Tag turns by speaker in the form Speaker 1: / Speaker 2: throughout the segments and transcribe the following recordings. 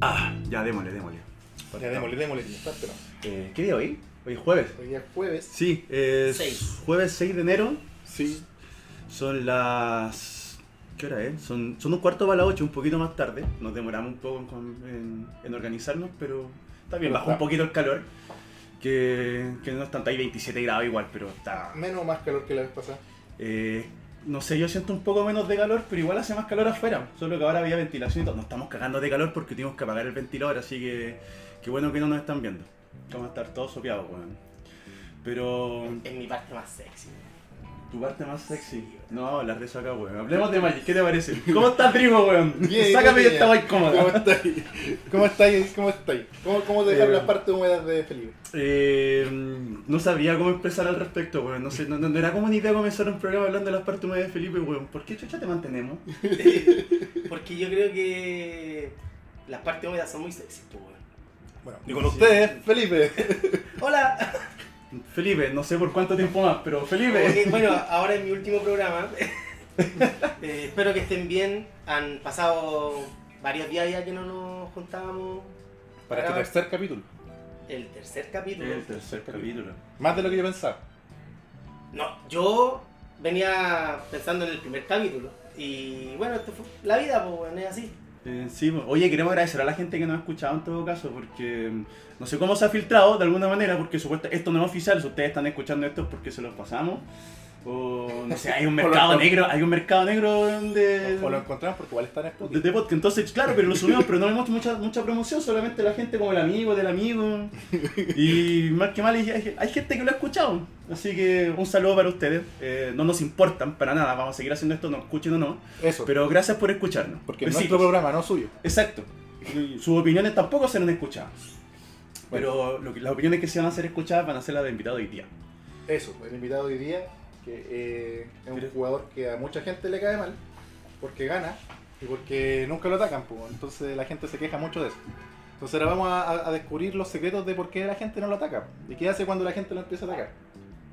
Speaker 1: Ah, ya démosle, démosle.
Speaker 2: Ya démosle, démosle, tío, pero
Speaker 1: Eh, ¿Qué día hoy? Hoy es jueves.
Speaker 2: Hoy día es jueves.
Speaker 1: Sí, es
Speaker 3: Seis.
Speaker 1: jueves 6 de enero.
Speaker 2: Sí.
Speaker 1: Son las... ¿Qué hora es? Son, son un cuarto para las 8, un poquito más tarde. Nos demoramos un poco en, con- en- en organizarnos, pero está bien.
Speaker 2: Pero
Speaker 1: Bajó un
Speaker 2: está.
Speaker 1: poquito el calor, que, que no es tanto. Hay 27 grados igual, pero está...
Speaker 2: Menos o más calor que la vez pasada.
Speaker 1: Eh, no sé, yo siento un poco menos de calor, pero igual hace más calor afuera. Solo que ahora había ventilación y todo. Nos estamos cagando de calor porque tuvimos que apagar el ventilador, así que qué bueno que no nos están viendo. Vamos a estar todos sopeados, weón. Pero
Speaker 3: Es mi parte más sexy.
Speaker 1: tu parte más sexy. No vamos a hablar de eso acá, weón. Hablemos de Magic, ¿qué te parece? ¿Cómo estás, primo, weón?
Speaker 2: Bien,
Speaker 1: Sácame
Speaker 2: bien,
Speaker 1: de esta
Speaker 2: bien.
Speaker 1: guay
Speaker 2: ¿Cómo
Speaker 1: cómoda.
Speaker 2: estáis? ¿Cómo estáis? ¿Cómo estáis? ¿Cómo, cómo dejar
Speaker 1: Eh.
Speaker 2: las partes húmedas de Felipe?
Speaker 1: Eh, no sabía cómo empezar al respecto, weón. No, sé, no, no- no era como una idea comenzar un programa hablando de las partes húmedas de Felipe, weón. ¿Por qué chucha te mantenemos?
Speaker 3: Porque yo creo que las partes húmedas son muy sexy, pues, weón.
Speaker 2: Bueno, y con
Speaker 1: Sí.
Speaker 2: ustedes, Felipe.
Speaker 3: ¡Hola!
Speaker 1: Felipe, no sé por cuánto tiempo más, pero Felipe.
Speaker 3: Ok, bueno, ahora es mi último programa. Eh, espero que estén bien. Han pasado varios días ya que no nos juntábamos.
Speaker 2: Para este
Speaker 3: grabar
Speaker 2: tercer capítulo.
Speaker 3: El tercer capítulo.
Speaker 1: El tercer capítulo.
Speaker 2: Más de lo que yo pensaba.
Speaker 3: No, yo venía pensando en el primer capítulo. Y bueno, esto fue la vida, pues, weón, es así.
Speaker 1: Eh, sí, pues. oye, queremos agradecer a la gente que nos ha escuchado en todo caso, porque mm, no sé cómo se ha filtrado de alguna manera, porque supuesto, esto no es oficial, si ustedes están escuchando esto es porque se los pasamos. O no sé, hay un
Speaker 2: O lo-
Speaker 1: mercado
Speaker 2: o-
Speaker 1: negro, hay un mercado negro de,
Speaker 2: O lo encontramos porque igual está en
Speaker 1: de,
Speaker 2: Spotify.
Speaker 1: de podcast. Entonces, claro, pero lo subimos, pero no hemos hecho mucha, mucha promoción, solamente la gente como el amigo del amigo. Y más que mal, hay- hay, hay gente que lo ha escuchado. Así que un saludo para ustedes. Eh, no nos importan para nada, vamos a seguir haciendo esto, nos escuchen o no.
Speaker 2: Eso.
Speaker 1: Pero gracias por escucharnos.
Speaker 2: porque es
Speaker 1: Besitos.
Speaker 2: nuestro programa, no suyo.
Speaker 1: Exacto. Sus opiniones tampoco serán escuchadas. Pero lo que- las opiniones que se van a ser escuchadas van a ser las de invitado hoy día.
Speaker 2: Eso, pues, el invitado de hoy día, que eh, es un
Speaker 1: Pero-
Speaker 2: jugador que a mucha gente le cae mal, porque gana y porque nunca lo atacan, pues, entonces la gente se queja mucho de eso. Entonces ahora vamos a, a- a descubrir los secretos de por qué la gente no lo ataca y qué hace cuando la gente lo empieza a atacar,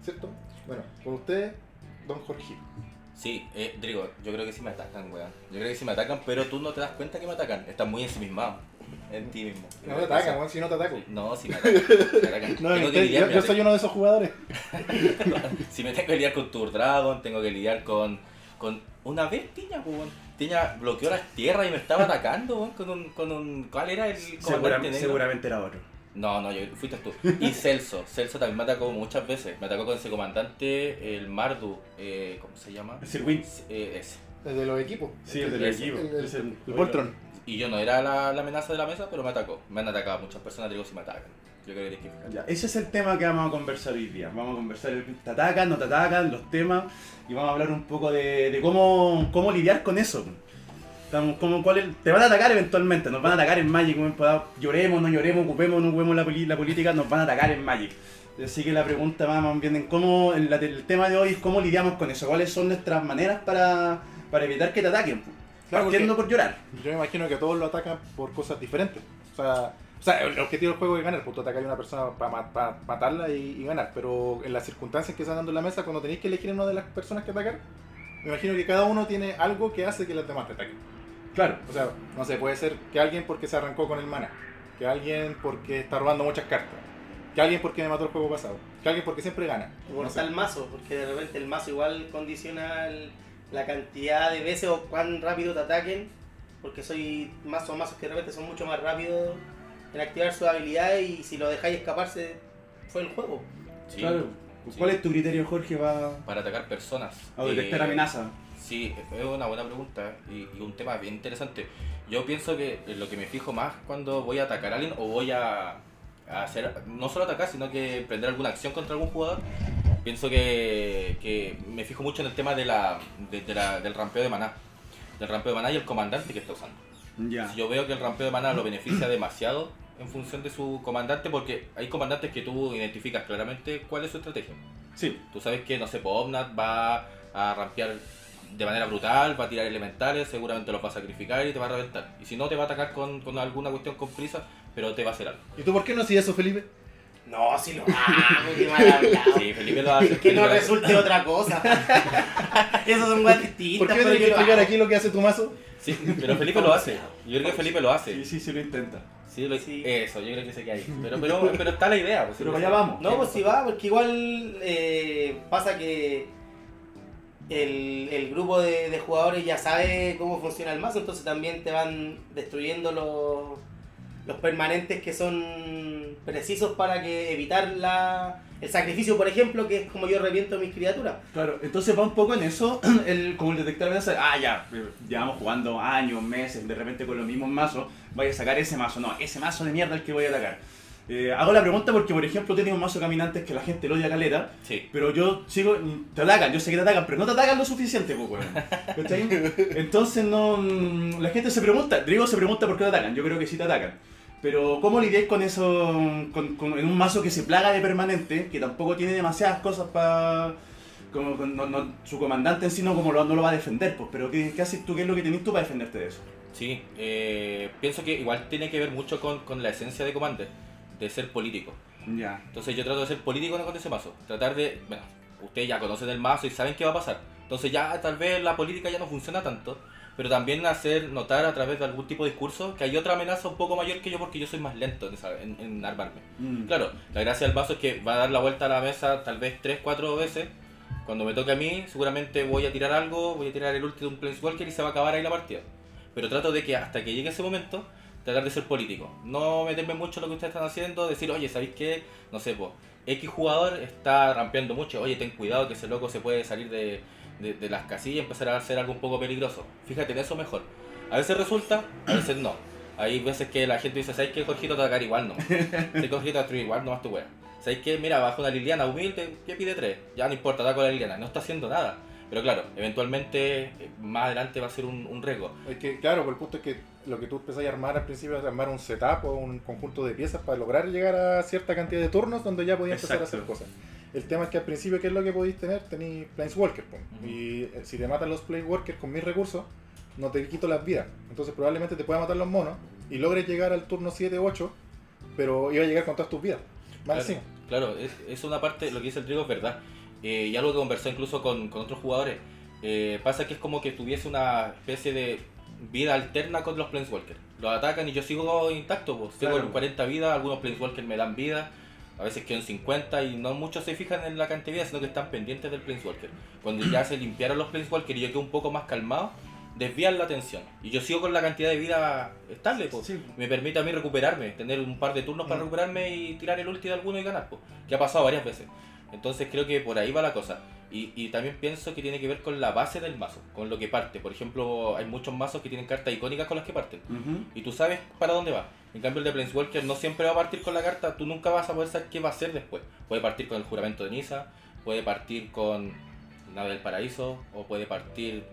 Speaker 2: ¿cierto? Bueno, con ustedes, don Jorge.
Speaker 4: Sí, eh, Drigo, yo creo que sí me atacan, weón. Yo creo que sí me atacan, pero tú no te das cuenta que me atacan. Estás muy ensimismado en ti mismo.
Speaker 2: No te atacan, weón, si no te ataco.
Speaker 4: No, sí me atacan. Me atacan.
Speaker 2: No,
Speaker 4: tengo
Speaker 2: usted-
Speaker 4: que lidiar,
Speaker 2: yo, yo
Speaker 4: mira,
Speaker 2: soy uno de esos jugadores.
Speaker 4: Si me tengo que lidiar con Tour Dragon, tengo que lidiar con. con una vez Tiña, pues, weón. Tiña bloqueó las tierras y me estaba atacando, weón, con un. Con un ¿Cuál era el
Speaker 1: Segura-
Speaker 4: comandante negro?
Speaker 1: seguramente era otro.
Speaker 4: No, no, yo, fuiste tú. Y Celso, Celso también me atacó muchas veces. Me atacó con ese comandante, el Mardu, eh, ¿cómo se llama?
Speaker 1: Es el Win.
Speaker 4: Eh, ese.
Speaker 2: Desde los equipos.
Speaker 1: Sí, el del
Speaker 4: Ese,
Speaker 1: equipo.
Speaker 2: el- el-
Speaker 1: Es el-
Speaker 2: El Voltron.
Speaker 4: Y yo no era la, la amenaza de la mesa, pero me atacó. Me han atacado muchas personas, digo, si me atacan. Yo creo que tienes que fijar.
Speaker 1: Ya, ese es el tema que vamos a conversar hoy día. Vamos a conversar el te atacan, no te atacan, los temas. Y vamos a hablar un poco de, de cómo, cómo lidiar con eso. Estamos, como, cuál es- te van a atacar eventualmente, nos van a atacar en Magic. weón, pa- Lloremos, no lloremos, ocupemos, no ocupemos la, poli- la política, nos van a atacar en Magic. Así que la pregunta va más bien en cómo, en la- el tema de hoy es cómo lidiamos con eso, cuáles son nuestras maneras para, para evitar que te ataquen.
Speaker 2: Claro,
Speaker 1: partiendo por llorar.
Speaker 2: Yo me imagino que todos lo atacan por cosas diferentes. O sea, o sea, el objetivo del juego es ganar, pues tú atacas a una persona para matarla y, y ganar. Pero en las circunstancias que se dan dando en la mesa, cuando tenéis que elegir a una de las personas que atacar, me imagino que cada uno tiene algo que hace que las demás te ataquen.
Speaker 1: Claro.
Speaker 2: O sea, no sé, puede ser que alguien porque se arrancó con el mana, que alguien porque está robando muchas cartas, que alguien porque me mató el juego pasado, que alguien porque siempre gana.
Speaker 3: Por
Speaker 2: No sé.
Speaker 3: tal mazo, porque de repente el mazo igual condiciona el- la cantidad de veces o cuán rápido te ataquen, porque soy mazo mazos que de repente son mucho más rápidos en activar sus habilidades y si lo dejáis escaparse fue el juego.
Speaker 4: Sí,
Speaker 1: claro. ¿Cuál es tu criterio, Jorge, para
Speaker 4: Para atacar personas.
Speaker 1: a detectar
Speaker 4: Eh,
Speaker 1: amenazas?
Speaker 4: Sí, es una buena pregunta y, y un tema bien interesante. Yo pienso que lo que me fijo más cuando voy a atacar a alguien o voy a, a hacer, no solo atacar, sino que emprender alguna acción contra algún jugador, pienso que, que me fijo mucho en el tema de la, de- de la- del rampeo de maná. Del rampeo de maná y el comandante que está usando.
Speaker 1: Ya.
Speaker 4: Si yo veo que el rampeo de maná lo beneficia demasiado en función de su comandante, porque hay comandantes que tú identificas claramente cuál es su estrategia.
Speaker 1: Sí.
Speaker 4: Tú sabes que, no sé, pues, Omnath va a rampear de manera brutal, va a tirar elementales, seguramente los va a sacrificar y te va a reventar. Y si no, te va a atacar con, con alguna cuestión con prisa, pero te va a hacer algo.
Speaker 2: ¿Y tú por qué no hacías eso, Felipe?
Speaker 3: No, si lo hago, qué mal hablado.
Speaker 4: Sí, Felipe lo hace.
Speaker 3: Ah. Que
Speaker 4: Felipe
Speaker 3: no
Speaker 4: lo hace.
Speaker 3: resulte otra cosa. Esas son weas distintas.
Speaker 2: ¿Por qué me tienes
Speaker 3: pero
Speaker 2: que
Speaker 3: yo lo
Speaker 2: explicar
Speaker 3: hago.
Speaker 2: aquí lo que hace tu mazo?
Speaker 4: Sí, pero Felipe lo hace. Yo creo que Felipe lo hace.
Speaker 1: Sí, sí, sí, lo intenta.
Speaker 4: Sí, lo-
Speaker 3: Sí.
Speaker 4: Eso, yo creo que se queda ahí. Pero, pero, pero está la idea. pues,
Speaker 1: Pero
Speaker 4: sí,
Speaker 1: para
Speaker 4: sí.
Speaker 1: allá vamos.
Speaker 3: No, pues si va, porque igual eh, pasa que el, el grupo de, de jugadores ya sabe cómo funciona el mazo, entonces también te van destruyendo los, los permanentes que son precisos para que evitar la, el sacrificio, por ejemplo, que es como yo reviento mis criaturas.
Speaker 1: Claro, entonces va un poco en eso, el, como el detectar amenazas, ah ya, eh, llevamos jugando años, meses, de repente con los mismos mazos, vaya a sacar ese mazo, no, ese mazo de mierda el que voy a atacar. Eh, hago la pregunta porque, por ejemplo, tengo un mazo caminantes que la gente lo odia a caleta,
Speaker 4: Sí.
Speaker 1: pero yo sigo, mm, te atacan, yo sé que te atacan, pero no te atacan lo suficiente, pues, weón. ¿Cachai? Entonces no, mm, la gente se pregunta, Diego se pregunta por qué te atacan, yo creo que sí te atacan. Pero ¿cómo lidiáis con eso, con, con- en un mazo que se plaga de permanente, que tampoco tiene demasiadas cosas para... Como, con- no- no- su comandante en sí no, como lo, no lo va a defender, pues, pero ¿qué, qué haces tú? ¿Qué es lo que tenés tú para defenderte de eso?
Speaker 4: Sí, eh, pienso que igual tiene que ver mucho con, con la esencia de Commander, de ser político.
Speaker 1: Ya.
Speaker 4: Entonces yo trato de ser político con ese mazo. Tratar de. Bueno, ustedes ya conocen el mazo y saben qué va a pasar. Entonces ya tal vez la política ya no funciona tanto. Pero también hacer notar a través de algún tipo de discurso que hay otra amenaza un poco mayor que yo porque yo soy más lento en, esa- en- en armarme.
Speaker 1: Mm.
Speaker 4: Claro, la gracia del vaso es que va a dar la vuelta a la mesa tal vez 3, 4 veces. Cuando me toque a mí, seguramente voy a tirar algo, voy a tirar el ulti de un Planeswalker y se va a acabar ahí la partida. Pero trato de que hasta que llegue ese momento, tratar de ser político. No meterme mucho en lo que ustedes están haciendo, decir, oye, ¿sabéis qué? No sé, pues, X jugador está rampeando mucho, oye, ten cuidado que ese loco se puede salir de, de- de las casillas y empezar a hacer algo un poco peligroso. Fíjate en eso mejor. A veces resulta, a veces no. Hay veces que la gente dice, ¿sabes qué? Jorgito te va a atacar igual, no. Sé que Jorgito va a destruir igual, no más tu wea. ¿Sabes qué? Mira, bajo una Liliana humilde, que pide tres. Ya no importa, ataco a la Liliana. No está haciendo nada. Pero claro, eventualmente, eh, más adelante va a ser un, un riesgo.
Speaker 2: Es que, claro, pues el punto es que lo que tú empezás a armar al principio es armar un setup o un conjunto de piezas para lograr llegar a cierta cantidad de turnos donde ya podías empezar a hacer
Speaker 1: Exacto.
Speaker 2: cosas. El tema es que al principio, ¿qué es lo que podéis tener? Tenéis Planeswalker. po.
Speaker 4: Ujú.
Speaker 2: Y eh, si te matan los Planeswalker con mis recursos, no te quito las vidas. Entonces probablemente te puedan matar los monos y logres llegar al turno 7-8, pero iba a llegar con todas tus vidas. Más
Speaker 4: Claro,
Speaker 2: encima.
Speaker 4: Claro, es, es una parte, lo que dice el trigo es verdad. Eh, y algo que conversé incluso con, con otros jugadores. Eh, pasa que es como que tuviese una especie de vida alterna con los Planeswalkers. Los atacan y yo sigo intacto, pues. sigo
Speaker 1: Claro.
Speaker 4: en 40 vidas, algunos Planeswalkers me dan vida. A veces quedan 50 y no muchos se fijan en la cantidad, de vida, sino que están pendientes del Planeswalker. Cuando ya se limpiaron los Planeswalkers y yo quedo un poco más calmado, desvían la atención. Y yo sigo con la cantidad de vida estable, pues
Speaker 1: Sí.
Speaker 4: me permite a mí recuperarme, tener un par de turnos para recuperarme y tirar el ulti de alguno y ganar, po, que ha pasado varias veces. Entonces creo que por ahí va la cosa. Y, y también pienso que tiene que ver con la base del mazo, con lo que parte. Por ejemplo, hay muchos mazos que tienen cartas icónicas con las que parten.
Speaker 1: Ujú.
Speaker 4: Y tú sabes para dónde va. En cambio, el de Planeswalker no siempre va a partir con la carta. Tú nunca vas a poder saber qué va a hacer después. Puede partir con el juramento de Nisa, puede partir con Nave del Paraíso, o puede partir eh,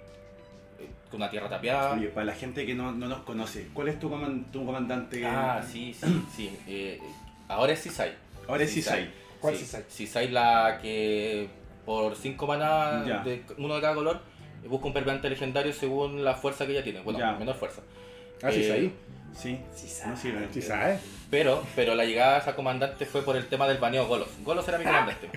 Speaker 4: con una tierra tapiada.
Speaker 1: Ah. Oye, para la gente que no, no nos conoce, ¿cuál es tu, coman- tu comandante?
Speaker 4: Ah, sí, sí, sí. Eh, ahora es Sisai.
Speaker 1: Ahora es
Speaker 4: Sisai.
Speaker 1: Isai.
Speaker 2: ¿Cuál
Speaker 4: Sí,
Speaker 2: Sisai?
Speaker 4: Sisai la que por 5 maná,
Speaker 1: Ya.
Speaker 4: de, uno de cada color, busca un permanente legendario según la fuerza que ella tiene. Bueno,
Speaker 1: Ya.
Speaker 4: menor fuerza.
Speaker 2: Ah,
Speaker 4: Eh,
Speaker 2: sí, ahí.
Speaker 1: Sí.
Speaker 3: Sí,
Speaker 1: No, sí,
Speaker 2: Sí,
Speaker 1: sí.
Speaker 2: sabes.
Speaker 4: Pero, pero la llegada a esa comandante fue por el tema del baneo Golos. Golos era mi comandante.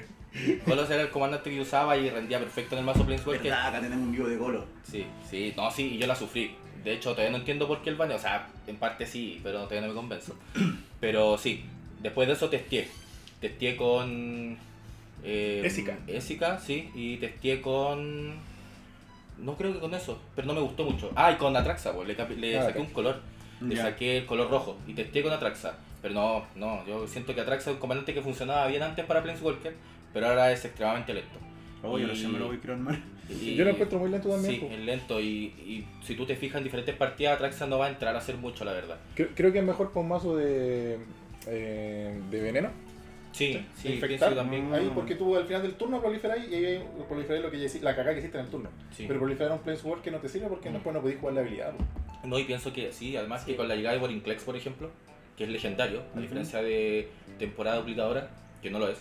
Speaker 4: Golos era el comandante que yo usaba y rendía perfecto en el mazo Planeswalker.
Speaker 1: Verdad, acá tenemos un vivo de golo.
Speaker 4: Sí, sí, no, sí, y yo la sufrí. De hecho, todavía no entiendo por qué el baneo. O sea, en parte sí, pero todavía no me convenzo. Pero sí, después de eso testeé. Testeé con. Eh,
Speaker 2: Ésica.
Speaker 4: Ésica, sí, y testeé con. No creo que con eso, pero no me gustó mucho. Ah, y con Atraxa, pues, le, capi- le
Speaker 2: Ah,
Speaker 4: saqué un color. Le
Speaker 1: Ya.
Speaker 4: saqué el color rojo y testé con Atraxa. Pero no, no, yo siento que Atraxa es un comandante que funcionaba bien antes para Planeswalker, pero ahora es extremadamente lento.
Speaker 1: Oye, ahora se me lo
Speaker 4: Y-
Speaker 1: voy a creer, hermano.
Speaker 4: Y-
Speaker 2: Yo lo encuentro muy lento también. pues.
Speaker 4: Sí,
Speaker 2: po.
Speaker 4: es lento y, y si tú te fijas en diferentes partidas, Atraxa no va a entrar a hacer mucho, la verdad.
Speaker 2: Creo, creo que es mejor con mazo de, eh, de veneno.
Speaker 4: Sí, sí,
Speaker 2: infectar. Mm.
Speaker 4: pienso que también.
Speaker 2: Ahí porque tú al final del turno proliferáis y
Speaker 5: eh,
Speaker 2: ahí proliferáis lo que ya hici- la cagada que hiciste en el turno.
Speaker 4: sí.
Speaker 2: Pero proliferar un Planeswalker no te sirve porque
Speaker 4: Mm.
Speaker 2: después
Speaker 5: pues,
Speaker 2: no podéis jugar la habilidad. po.
Speaker 4: No, y pienso que sí, además
Speaker 3: Sí.
Speaker 4: que con la llegada de Borinclex, por ejemplo, que es legendario, a
Speaker 1: Ujú.
Speaker 4: diferencia de temporada duplicadora, que no lo es,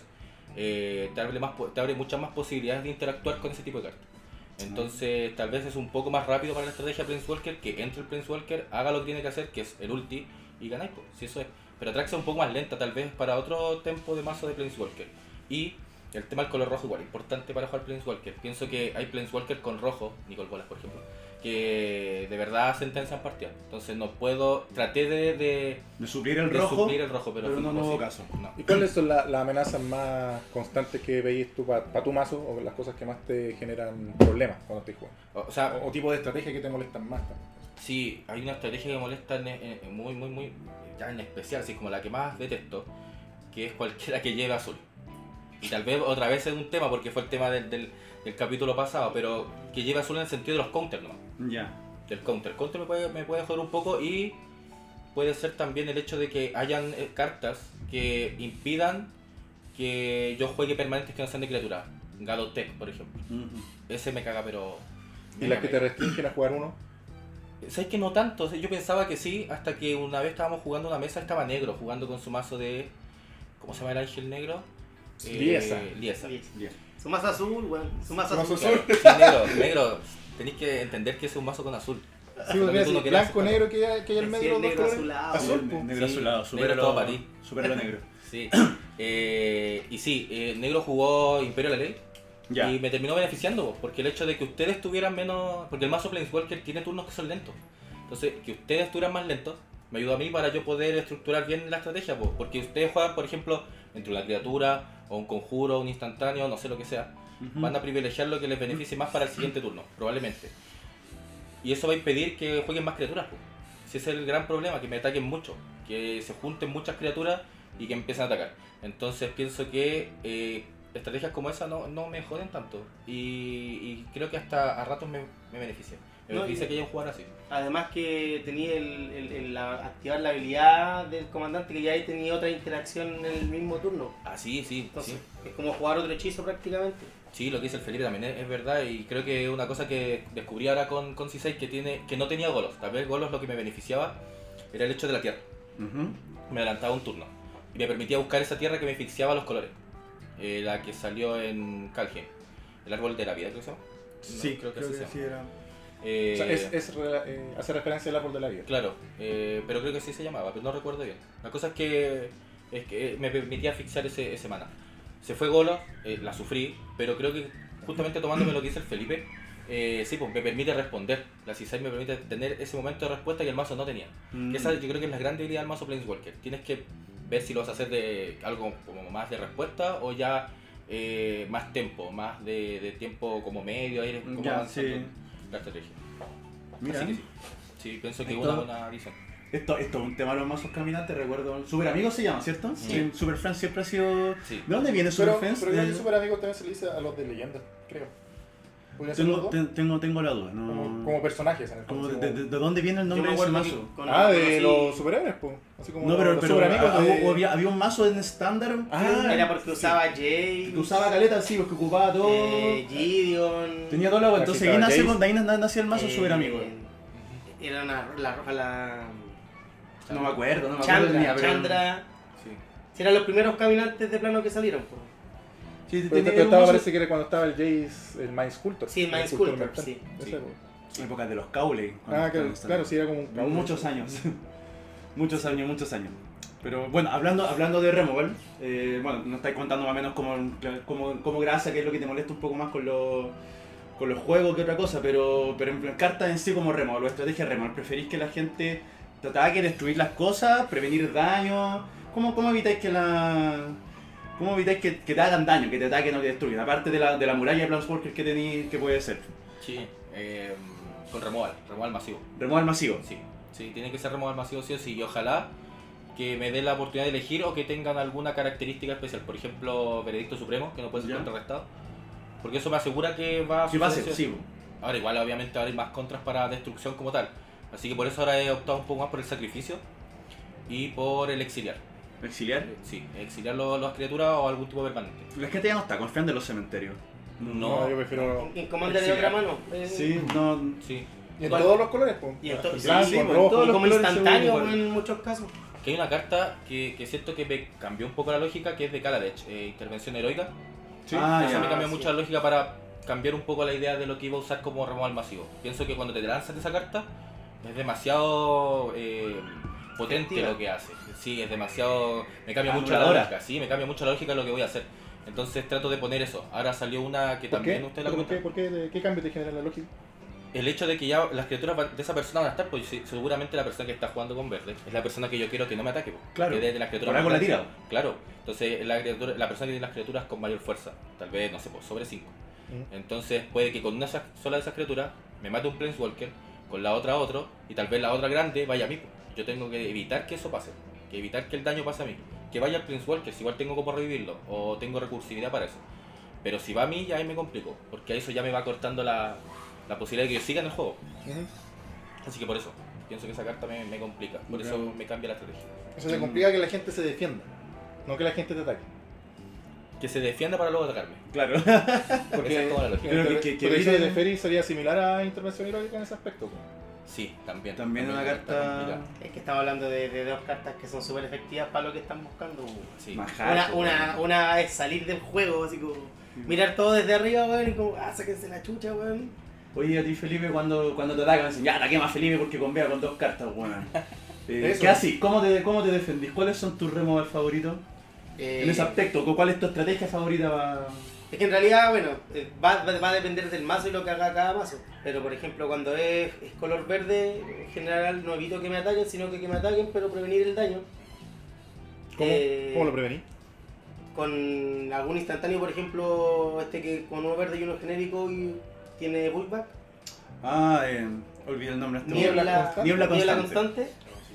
Speaker 4: eh, te, abre más, po- te abre muchas más posibilidades de interactuar con ese tipo de cartas. Entonces, tal vez es un poco más rápido para la estrategia Planeswalker que entre el Planeswalker, haga lo que tiene que hacer, que es el ulti, y ganáis. po. Si eso es. Pero Atraxa es un poco más lenta, tal vez, para otro tempo de mazo de Planeswalker. Y el tema del color rojo igual, importante para jugar Planeswalker. Pienso que hay Planeswalker con rojo, Nicol Bolas por ejemplo, que de verdad sentencian partidas. Entonces no puedo, traté de, de,
Speaker 1: Me suplir el
Speaker 4: de
Speaker 1: rojo,
Speaker 4: suplir el rojo, pero,
Speaker 1: pero
Speaker 4: fue
Speaker 1: no, no hubo
Speaker 4: imposible.
Speaker 1: caso.
Speaker 4: No.
Speaker 5: ¿Y cuáles son la- las amenazas más constantes que veis tú para tu mazo o las cosas que más te generan problemas cuando estés jugando?
Speaker 4: O sea,
Speaker 5: O, o tipo de estrategia que te molestan más pues. también.
Speaker 4: Sí, hay una estrategia que molesta en- en- en muy, muy, muy, ya en especial, así como la que más detesto, que es cualquiera que lleve azul. Y tal vez otra vez es un tema, porque fue el tema del, del- del capítulo pasado, pero que lleve azul en el sentido de los counters, ¿no?
Speaker 1: Ya.
Speaker 4: Del counter. El counter me puede, me puede joder un poco y puede ser también el hecho de que hayan eh, cartas que impidan que yo juegue permanentes que no sean de criatura. Gadotech, por ejemplo.
Speaker 1: Ujú.
Speaker 4: Ese me caga, pero...
Speaker 5: ¿Y
Speaker 4: me
Speaker 5: las que
Speaker 4: caga.
Speaker 5: te restringen a jugar uno?
Speaker 4: ¿Sabes que no tanto? o sea, yo pensaba que sí, hasta que una vez estábamos jugando una mesa, estaba negro, jugando con su mazo de. ¿Cómo se llama el ángel negro? Eh,
Speaker 5: Liesa.
Speaker 4: Liesa.
Speaker 3: Oye,
Speaker 1: Bien.
Speaker 3: Su mazo azul, weón. Su mazo
Speaker 5: Su mazo
Speaker 3: azul.
Speaker 5: azul.
Speaker 4: Sí, negro, negro. Tenéis que entender que es un mazo con azul.
Speaker 2: Sí, porque
Speaker 4: Tú no
Speaker 2: así,
Speaker 4: querías
Speaker 2: blanco,
Speaker 4: aceptar.
Speaker 2: negro, que hay que hay el
Speaker 3: Sí,
Speaker 2: medio de los dos
Speaker 3: negro ah,
Speaker 2: colores.
Speaker 3: azulado.
Speaker 2: Azul,
Speaker 1: Ne- Negro
Speaker 2: po.
Speaker 4: Ah, Sí,
Speaker 1: azulado,
Speaker 4: negro
Speaker 1: superalo,
Speaker 4: todo para ti.
Speaker 1: superalo negro.
Speaker 4: Sí. Eh, y sí, eh, negro jugó Imperio de la Ley
Speaker 1: Ya.
Speaker 4: y me terminó beneficiando, po, porque el hecho de que ustedes tuvieran menos. Porque el mazo Planeswalker tiene turnos que son lentos. Entonces, que ustedes estuvieran más lentos me ayudó a mí para yo poder estructurar bien la estrategia, po, porque ustedes juegan, por ejemplo, entre una criatura o un conjuro, un instantáneo, no sé lo que sea
Speaker 1: Ujú.
Speaker 3: Mm.
Speaker 4: van a privilegiar lo que les beneficie más para el siguiente turno, probablemente. Y eso va a impedir que jueguen más criaturas, pues. Si ese es el gran problema, que me ataquen mucho, que se junten muchas criaturas y que empiecen a atacar. Entonces pienso que eh, estrategias como esa no, no me joden tanto. Y, y creo que hasta a ratos me, me beneficia. Me
Speaker 3: No,
Speaker 4: beneficia
Speaker 3: y-
Speaker 4: que ellos juegan así.
Speaker 3: Además que tenía el, el- el- la- activar la habilidad del comandante que ya ahí tenía otra interacción en el mismo turno.
Speaker 4: Así, Ah, sí,
Speaker 3: Entonces,
Speaker 4: sí.
Speaker 3: es como jugar otro hechizo prácticamente.
Speaker 4: Sí, lo que dice el Felipe también es, es verdad y creo que es una cosa que descubrí ahora con, con C6 que, tiene, que no tenía golos. Tal vez golos lo que me beneficiaba era el hecho de la tierra.
Speaker 1: Ujú.
Speaker 4: me adelantaba un turno y me permitía buscar esa tierra que me asfixiaba los colores. Eh, la que salió en Calgen, el árbol de la vida, creo que se llama. No,
Speaker 1: Sí, creo que,
Speaker 4: así se llama.
Speaker 1: sí era.
Speaker 4: Eh,
Speaker 5: O sea, es, es rela- eh, hace referencia al árbol de la vida.
Speaker 4: Claro, eh, pero creo que sí se llamaba, pero no recuerdo bien. La cosa es que, es que eh, me permitía asfixiar ese, ese mana. Se fue Golo, eh, la sufrí, pero creo que justamente tomándome lo que dice el Felipe, eh, sí, pues me permite responder. La C6 me permite tener ese momento de respuesta que el mazo no tenía.
Speaker 1: Mm.
Speaker 4: Que Esa yo creo que es la gran debilidad del mazo Planeswalker. Tienes que ver si lo vas a hacer de algo como más de respuesta o ya eh, más tiempo, más de, de tiempo como medio, ahí como
Speaker 1: Ya,
Speaker 4: avanzando
Speaker 1: sí.
Speaker 4: la estrategia.
Speaker 1: Mira.
Speaker 4: Así que sí. Sí, pienso que
Speaker 1: Ahí
Speaker 4: una
Speaker 1: está.
Speaker 4: buena visión.
Speaker 1: Esto, esto es un tema de los mazos caminantes, recuerdo. Super amigos se llama, ¿cierto?
Speaker 4: Sí.
Speaker 1: Super Friends siempre ha sido. ¿De
Speaker 4: Sí.
Speaker 1: dónde viene Super
Speaker 5: Pero,
Speaker 1: Friends?
Speaker 5: pero creo
Speaker 1: De-
Speaker 5: que Super Amigos también se le dice a los de leyenda, creo. ¿Podría ser los
Speaker 1: tengo,
Speaker 5: dos?
Speaker 1: ten- tengo, tengo la duda, no.
Speaker 5: Como, como personajes en el
Speaker 1: Como
Speaker 5: fondo,
Speaker 1: de,
Speaker 5: así
Speaker 1: de-
Speaker 5: como-
Speaker 1: de dónde viene el nombre de ese mazo?
Speaker 3: con-
Speaker 5: Ah, de
Speaker 3: conocí-
Speaker 5: los superhéroes, pues. Así como
Speaker 1: No, pero,
Speaker 5: los
Speaker 1: pero
Speaker 5: Super
Speaker 1: ah,
Speaker 5: Amigos de-
Speaker 1: hubo- había, había un mazo en estándar
Speaker 5: Ah,
Speaker 3: Era porque usaba Jay,
Speaker 1: que usaba caleta, sí, porque ocupaba todo.
Speaker 3: eh, Gideon.
Speaker 1: Tenía todo lo Entonces ahí
Speaker 5: Casi
Speaker 1: nace-
Speaker 5: Jace.
Speaker 1: de ahí na- nació el mazo
Speaker 3: eh,
Speaker 1: Super Amigo.
Speaker 3: Era una, la roja, la.
Speaker 1: No me acuerdo, no me acuerdo. del
Speaker 3: Chandra.
Speaker 1: día, pero-
Speaker 3: Chandra.
Speaker 4: Sí.
Speaker 3: Si eran los primeros caminantes de plano que salieron, pues.
Speaker 1: Sí,
Speaker 5: Pero
Speaker 1: tenía-
Speaker 5: te- te
Speaker 1: era un
Speaker 5: estaba-
Speaker 1: mazo-
Speaker 5: parece que era cuando estaba el Jace, el Mind Sculptor.
Speaker 3: Sí, el Mind
Speaker 5: Mind
Speaker 3: Sculptor,
Speaker 5: mental.
Speaker 3: sí.
Speaker 5: Ese,
Speaker 4: Sí.
Speaker 5: po.
Speaker 1: Épocas de los Cowley.
Speaker 5: Ah,
Speaker 1: cuando-
Speaker 5: claro,
Speaker 1: cuando
Speaker 5: claro, sí, era como un
Speaker 1: Pero muchos años. muchos años, muchos años. Pero bueno, hablando, hablando de removal, eh, bueno, nos estáis contando más o menos cómo, cómo, cómo grasa, que es lo que te molesta un poco más con los, con los juegos que otra cosa, pero, pero en plan, cartas en sí como removal o estrategia removal, ¿preferís que la gente te ataque, destruir las cosas, prevenir daño? ¿Cómo, cómo evitáis que la... ¿Cómo evitáis que, que te hagan daño, que te ataquen o que destruyan? Aparte de la, de la muralla de Planeswalker que tenéis, que puede ser.
Speaker 4: Sí. eh, con removal, removal masivo.
Speaker 1: Removal masivo.
Speaker 4: Sí. Sí, tiene que ser removal masivo sí o sí. Y ojalá que me dé la oportunidad de elegir o que tengan alguna característica especial. Por ejemplo, Veredicto Supremo, que no puede ser
Speaker 1: Ya.
Speaker 4: contrarrestado. Porque eso me asegura que va a
Speaker 1: Si va a ser,
Speaker 4: suceder
Speaker 1: Ah, sí.
Speaker 4: Ahora igual obviamente ahora hay más contras para destrucción como tal. Así que por eso ahora he optado un poco más por el sacrificio y por el exiliar.
Speaker 1: Exiliar.
Speaker 4: Sí, exiliar lo- las criaturas o algún tipo de permanente.
Speaker 1: La gente ya no está confiando en los cementerios.
Speaker 4: No.
Speaker 5: No, yo prefiero.
Speaker 3: En comanda de
Speaker 1: Sí,
Speaker 3: otra
Speaker 1: ah,
Speaker 3: mano. eh,
Speaker 1: Sí, no.
Speaker 4: Sí.
Speaker 5: Y en
Speaker 3: ¿Cuál?
Speaker 5: todos los colores, pues.
Speaker 3: Y en to- sí,
Speaker 5: Blanco,
Speaker 3: sí, en
Speaker 5: rojo.
Speaker 1: todos
Speaker 3: Y
Speaker 1: los
Speaker 3: como
Speaker 1: colores
Speaker 3: instantáneo,
Speaker 1: según-
Speaker 3: en muchos casos.
Speaker 4: Que hay una carta que, que siento que me cambió un poco la lógica, que es de Kaladech, eh, intervención heroica.
Speaker 5: Sí.
Speaker 1: Ah,
Speaker 4: Eso
Speaker 1: ya.
Speaker 4: me cambió
Speaker 3: sí.
Speaker 4: mucho la lógica para cambiar un poco la idea de lo que iba a usar como removal masivo. Pienso que cuando te lanzas esa carta es demasiado eh, potente
Speaker 3: Efectiva.
Speaker 4: lo que hace. Sí, es demasiado. Me cambia mucho la
Speaker 1: Anuladora.
Speaker 4: lógica, sí, me cambia mucho la lógica lo que voy a hacer. Entonces trato de poner eso. Ahora salió una que
Speaker 2: ¿Por qué?
Speaker 4: también usted la
Speaker 2: ¿Por
Speaker 4: comentó.
Speaker 2: qué? ¿Por qué? ¿De ¿Qué cambio te genera la lógica?
Speaker 4: El hecho de que ya las criaturas van- de esa persona van a estar, pues sí, seguramente la persona que está jugando con verde es la persona que yo quiero que no me ataque. pues.
Speaker 1: Claro.
Speaker 4: Que desde las criaturas
Speaker 1: Por algo
Speaker 4: más
Speaker 1: la
Speaker 4: grandes. Claro. Entonces la, criatura- la persona que tiene las criaturas con mayor fuerza, tal vez, no sé, pues, sobre 5.
Speaker 2: Mm.
Speaker 4: Entonces puede que con una sa- sola de esas criaturas me mate un Planeswalker, con la otra otro, y tal vez la otra grande vaya a mí. pues. Yo tengo que evitar que eso pase, que evitar que el daño pase a mí. Que vaya al Planeswalker, si igual tengo como revivirlo, o tengo recursividad para eso. Pero si va a mí, ya ahí me complico, porque eso ya me va cortando la, la posibilidad de que yo siga en el juego.
Speaker 2: Ujú.
Speaker 4: Así que por eso, pienso que esa carta me, me complica, por eso
Speaker 1: Bravo.
Speaker 4: me cambia la estrategia.
Speaker 2: Eso te complica que la gente se defienda, no que la gente te ataque.
Speaker 4: Que se defienda para luego atacarme.
Speaker 1: Claro.
Speaker 4: Esa es toda la lógica.
Speaker 1: Creo que-
Speaker 2: Inter-
Speaker 1: que- que
Speaker 2: protección
Speaker 1: viene-
Speaker 2: de Ferry sería similar a intervención hidráulica en ese aspecto. pues.
Speaker 4: Sí, también.
Speaker 1: También una
Speaker 4: una
Speaker 1: carta.
Speaker 4: complicada.
Speaker 3: Es que estamos hablando de, de dos cartas que son súper efectivas para lo que están buscando.
Speaker 4: Sí.
Speaker 1: Majar,
Speaker 3: Una, una, una es salir del juego, así como mirar todo desde arriba, weón, y como, ah, sáquense la chucha, weón.
Speaker 1: Oye, a ti Felipe, cuando, cuando te atacan, dicen, ya ataqué más Felipe porque convea con dos cartas, weón. Eh,
Speaker 2: Eso.
Speaker 1: ¿Qué haces? ¿Cómo te, ¿Cómo te defendís? ¿Cuáles son tus remover favoritos?
Speaker 3: Eh,
Speaker 1: En ese aspecto, ¿cu- ¿cuál es tu estrategia favorita para.?
Speaker 3: Es que en realidad, bueno, eh, va, va- va a depender del mazo y lo que haga cada mazo. Pero por ejemplo, cuando es, es color verde, en general no evito que me ataquen, sino que, que me ataquen, pero prevenir el daño.
Speaker 2: ¿Cómo,
Speaker 3: Eh,
Speaker 2: ¿Cómo lo prevení?
Speaker 3: Con algún instantáneo, por ejemplo, este que con uno verde y uno genérico y tiene pullback.
Speaker 1: Ah, eh, olvidé el nombre. a este
Speaker 3: Niebla,
Speaker 1: weón. Niebla constante.
Speaker 3: constante.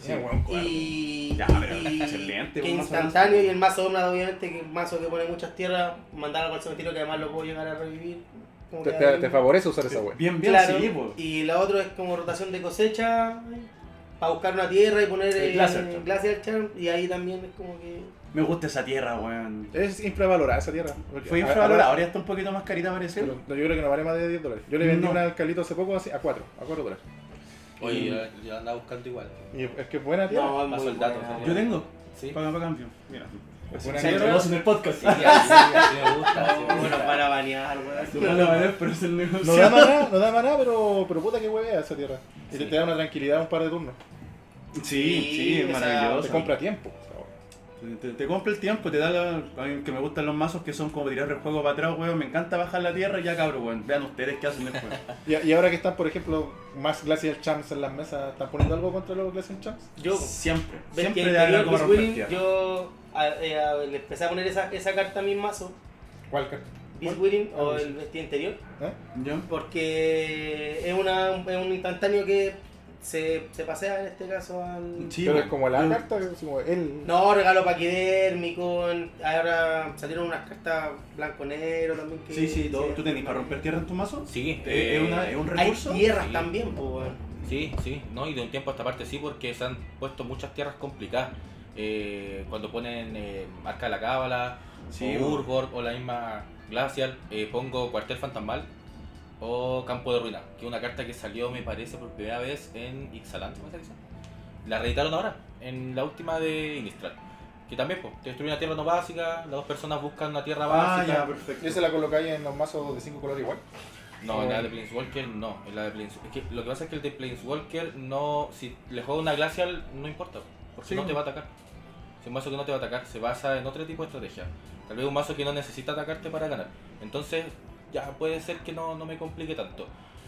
Speaker 2: Eh, weón,
Speaker 3: Y,
Speaker 1: Ya, pero
Speaker 3: y
Speaker 1: excelente,
Speaker 3: que
Speaker 1: un mazo
Speaker 3: instantáneo
Speaker 1: más.
Speaker 3: y el mazo Omnat, obviamente, que es un mazo que pone muchas tierras, mandarlo al cementerio que además lo puedo llegar a revivir. como
Speaker 5: Te,
Speaker 3: que
Speaker 5: te-
Speaker 3: ahí-
Speaker 5: te favorece usar esa wea.
Speaker 1: Bien, bien,
Speaker 3: Claro,
Speaker 1: sí, pues. po.
Speaker 3: Y la otra es como rotación de cosecha, para buscar una tierra y poner
Speaker 1: El
Speaker 3: el
Speaker 1: Glacier Charm.
Speaker 3: Glacier Charm, y ahí también es como que...
Speaker 1: Me gusta esa tierra, weón.
Speaker 2: Es infravalorada esa tierra. Porque
Speaker 1: Fue
Speaker 2: a-
Speaker 1: infravalorada,
Speaker 2: ahora-
Speaker 1: ahora ya está un poquito más carita, parece.
Speaker 2: pero yo creo que no vale más de 10 dólares. Yo le vendí
Speaker 1: No.
Speaker 2: una al Carlito hace poco así- a 4, a 4 dólares.
Speaker 4: Oye, yo- yo andaba buscando igual.
Speaker 2: Y es que es buena tierra.
Speaker 3: No, es muy
Speaker 4: Paso el dato,
Speaker 3: buena.
Speaker 4: sí.
Speaker 1: Yo tengo.
Speaker 4: Sí.
Speaker 1: Paga para cambio. Mira.
Speaker 2: es
Speaker 1: Se
Speaker 2: buena
Speaker 1: entregó
Speaker 2: tierra.
Speaker 1: en el podcast.
Speaker 4: Sí, así, así me gusta. así
Speaker 3: No,
Speaker 4: me gusta.
Speaker 3: bueno, para banear,
Speaker 1: No eh. lo
Speaker 3: weón.
Speaker 1: van a ver, pero es el negocio.
Speaker 2: No da maná, no da maná, pero, pero puta que huevea esa tierra. Y te,
Speaker 4: Sí.
Speaker 2: te da una tranquilidad un par de turnos.
Speaker 1: Sí, sí,
Speaker 3: o
Speaker 1: es
Speaker 3: sea,
Speaker 1: maravilloso.
Speaker 2: Te compra tiempo.
Speaker 1: Te, te compra el tiempo, te da la... A mí que me gustan los mazos que son como tirar el juego para atrás, weón. Me encanta bajar la tierra y ya, cabrón, weón. Vean ustedes qué hacen después.
Speaker 2: Y, y ahora que están, por ejemplo, más Glacial Champs en las mesas, ¿están poniendo algo contra los Glacial Champs?
Speaker 3: Yo,
Speaker 1: siempre,
Speaker 3: ves que
Speaker 1: siempre le
Speaker 3: el
Speaker 1: dan
Speaker 3: anterior
Speaker 1: algo para
Speaker 3: Bruce
Speaker 1: romper
Speaker 3: Willis,
Speaker 1: tierra.
Speaker 3: yo a- eh, a- le empecé a poner esa, esa carta a mi mazo,
Speaker 2: ¿Cuál carta?
Speaker 3: Beast
Speaker 2: ¿Cuál?
Speaker 3: Willing
Speaker 2: Ah,
Speaker 3: o
Speaker 2: sí.
Speaker 3: el vestido interior,
Speaker 2: ¿Eh?
Speaker 1: ¿Ya?
Speaker 3: porque es, una, es un instantáneo que se, se pasea en este caso al...
Speaker 1: Sí,
Speaker 2: pero
Speaker 1: weón.
Speaker 2: es como la
Speaker 1: Yo-
Speaker 2: carta, es como el...
Speaker 3: No, regalo paquidérmico. Ahora salieron unas cartas blanco-negro también. Que
Speaker 1: Sí, sí, todo-
Speaker 3: se-
Speaker 1: tú tenés para romper tierra en tu mazo.
Speaker 4: Sí,
Speaker 1: Eh,
Speaker 4: eh,
Speaker 1: es, una- es un
Speaker 3: Hay
Speaker 1: recurso.
Speaker 3: tierras
Speaker 4: Sí.
Speaker 3: también, pues, weón.
Speaker 4: Sí, sí, no, y de un tiempo a esta parte sí, porque se han puesto muchas tierras complicadas. Eh, cuando ponen eh, Arca de la Cábala,
Speaker 1: Sí,
Speaker 4: o
Speaker 1: bueno.
Speaker 4: Urborg, o la misma Glacial, eh, pongo Cuartel Fantasmal o Campo de Ruina, que es una carta que salió, me parece, por primera vez en Ixalan, ¿se parece? La reeditaron ahora, en la última de Innistrad. Que también, pues, te destruye una tierra no básica, las dos personas buscan una tierra
Speaker 1: Ah,
Speaker 4: básica.
Speaker 1: ya, perfecto.
Speaker 2: ¿Y esa la colocáis en los mazos de 5 colores igual?
Speaker 4: No, en la de Planeswalker no, en la de Planeswalker. Es que lo que pasa es que el de Planeswalker no. Si le juega una Glacial, no importa, porque
Speaker 2: Sí.
Speaker 4: no te va a atacar. Si un mazo que no te va a atacar se basa en otro tipo de estrategia. Tal vez un mazo que no necesita atacarte para ganar. Entonces, ya puede ser que no, no me complique tanto.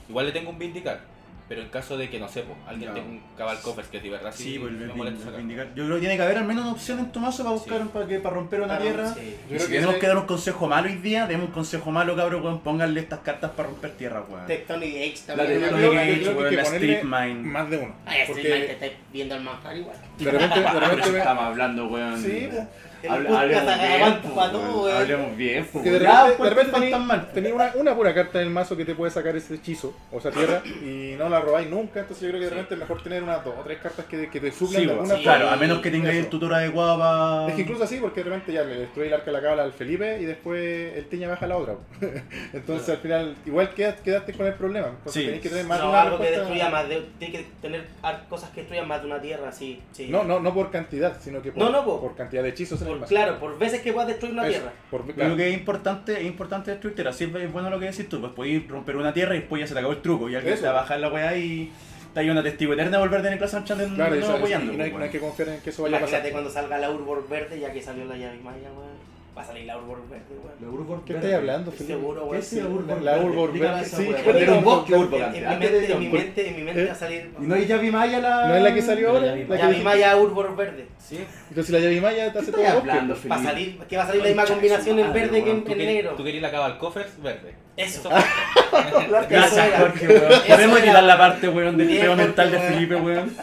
Speaker 4: Igual le tengo un Vindicar, pero en caso de que no sé, pues, alguien
Speaker 1: Ya.
Speaker 4: tenga un Cabal Coffers que de verdad sí,
Speaker 1: Sí, pues, el
Speaker 4: me
Speaker 1: vin-
Speaker 4: molesta
Speaker 1: el
Speaker 4: sacar.
Speaker 1: vindicar. Yo creo que tiene que haber al menos una opción en tu mazo para buscar
Speaker 4: Sí.
Speaker 1: para, que, para romper una tierra.
Speaker 3: Sí.
Speaker 1: Y si tenemos que dar un consejo malo hoy día, demos un consejo malo, cabrón, weón, pónganle estas cartas para romper tierra, weón.
Speaker 3: Tectonic Age
Speaker 1: La
Speaker 3: también.
Speaker 1: de
Speaker 2: yo
Speaker 1: Tony
Speaker 2: creo que- yo
Speaker 1: Gage,
Speaker 2: creo que hay
Speaker 1: weón,
Speaker 2: que
Speaker 1: la
Speaker 2: ponerle
Speaker 1: Street Mine.
Speaker 2: Más de uno.
Speaker 3: Ay, este
Speaker 2: Porque
Speaker 3: man te estáis viendo al manjar igual.
Speaker 2: de repente, de
Speaker 1: Ah,
Speaker 2: repente
Speaker 1: pero
Speaker 2: me...
Speaker 1: estamos hablando, weón.
Speaker 2: Sí, pues.
Speaker 1: Habla-
Speaker 3: El
Speaker 1: hablemos,
Speaker 3: podcast
Speaker 1: bien,
Speaker 3: aguanta
Speaker 1: pues,
Speaker 3: pa' todo,
Speaker 1: weón.
Speaker 3: weón.
Speaker 1: hablemos bien, pues,
Speaker 2: Que de
Speaker 1: weón.
Speaker 2: repente,
Speaker 1: Ya,
Speaker 2: de
Speaker 1: pues,
Speaker 2: repente
Speaker 1: tan
Speaker 2: tenía-
Speaker 1: mal.
Speaker 2: tenía una, una pura carta en el mazo que te puede sacar ese hechizo, o esa tierra, y no la robáis nunca, entonces yo creo que de
Speaker 4: Sí.
Speaker 2: repente es mejor tener unas dos o tres cartas que, que te suplan
Speaker 1: Sí,
Speaker 2: de
Speaker 1: weón,
Speaker 2: alguna
Speaker 1: claro,
Speaker 2: forma.
Speaker 1: a menos que tengáis
Speaker 2: Eso.
Speaker 1: el tutor adecuado para.
Speaker 2: Es que incluso así, porque de repente ya le destruye el arca de la cábala al Felipe y después el tiña baja la otra. Entonces al final, igual quedas- quedaste con el problema. Entonces
Speaker 1: Sí.
Speaker 2: tenés que tener más de
Speaker 3: No,
Speaker 2: una
Speaker 3: algo que
Speaker 2: respuesta-
Speaker 3: destruya más. de- Tiene que tener ar- cosas que destruyan más de una tierra, sí. sí.
Speaker 2: No, no, no por cantidad, sino que por,
Speaker 3: No, no, po.
Speaker 2: por cantidad de hechizos en el
Speaker 3: Por-
Speaker 2: mazo.
Speaker 3: claro, por veces que puedas destruir una
Speaker 2: Eso,
Speaker 3: tierra.
Speaker 2: por-
Speaker 1: Yo
Speaker 2: claro.
Speaker 1: Creo que es importante, es importante destruir tierra. Si es bueno lo que decís tú, pues podéis romper una tierra y después ya se te acabó el truco. Y alguien
Speaker 2: Eso.
Speaker 1: te va a bajar la weá y, Te hay una testigo eterna de volver de Nicolás Sanchez en-
Speaker 5: Claro,
Speaker 1: de
Speaker 5: eso-
Speaker 1: nuevo
Speaker 5: eso-
Speaker 1: apoyando.
Speaker 5: y no hay,
Speaker 1: pues,
Speaker 5: no hay que
Speaker 1: weón.
Speaker 5: confiar en que eso vaya a pasar.
Speaker 3: Imagínate cuando salga la Urbor verde, ya que salió la llave maya, weón. Va a salir la Urbor verde, weón.
Speaker 6: La Urbor
Speaker 2: ¿Qué
Speaker 6: verde.
Speaker 2: estáis hablando,
Speaker 3: Estoy
Speaker 2: Felipe?
Speaker 3: seguro,
Speaker 6: ¿Qué
Speaker 3: weón.
Speaker 6: es la Urbor
Speaker 2: La
Speaker 6: verde?
Speaker 2: Urbor
Speaker 6: Explícame
Speaker 2: verde,
Speaker 6: esa
Speaker 2: sí,
Speaker 6: weá.
Speaker 2: ¿cuál
Speaker 1: era
Speaker 6: Era
Speaker 1: un
Speaker 6: un bosque
Speaker 1: bosque
Speaker 6: Urbor.
Speaker 1: urbano?
Speaker 3: En
Speaker 6: Ah,
Speaker 3: mi
Speaker 6: ¿qué te
Speaker 3: mente, en mi
Speaker 6: digo?
Speaker 3: mente, en mi mente
Speaker 2: ¿Eh?
Speaker 3: va a salir.
Speaker 6: Y no hay Yavi Maya la.
Speaker 2: ¿No es la que salió ahora?
Speaker 6: La
Speaker 2: La
Speaker 3: Llave
Speaker 2: que-
Speaker 3: maya Urbor verde.
Speaker 4: Sí.
Speaker 2: Entonces la Yavimaya te hace todo
Speaker 6: ¿Qué estás
Speaker 2: bosque.
Speaker 6: hablando,
Speaker 3: Va a
Speaker 6: Felipe?
Speaker 3: salir, que va a salir la misma
Speaker 6: Concha de
Speaker 3: combinación
Speaker 6: su
Speaker 3: en
Speaker 6: madre,
Speaker 3: verde que
Speaker 6: weón.
Speaker 3: en,
Speaker 4: ¿Tú,
Speaker 3: en
Speaker 4: querí-
Speaker 3: negro.
Speaker 4: tú querías la Cabalcofers verde.
Speaker 3: Eso.
Speaker 1: Gracias,
Speaker 3: Eso era.
Speaker 1: Jorge, weón.
Speaker 3: Eso
Speaker 1: Podemos
Speaker 3: era.
Speaker 1: editar la parte, weón, del
Speaker 3: Bien,
Speaker 1: feo mental de
Speaker 3: Jorge, weón.
Speaker 1: Felipe, weón.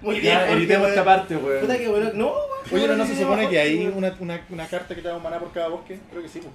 Speaker 3: Muy bien,
Speaker 1: Ya,
Speaker 3: Jorge,
Speaker 1: editemos
Speaker 3: weón.
Speaker 1: esta parte, weón.
Speaker 3: Puta que bueno. No, weón, qué
Speaker 2: Oye, pero
Speaker 3: bueno
Speaker 2: no se
Speaker 3: video,
Speaker 2: supone que
Speaker 3: Jorge,
Speaker 2: hay
Speaker 3: weón.
Speaker 2: una, una, una carta que te da un maná por cada bosque. Creo que sí. pues.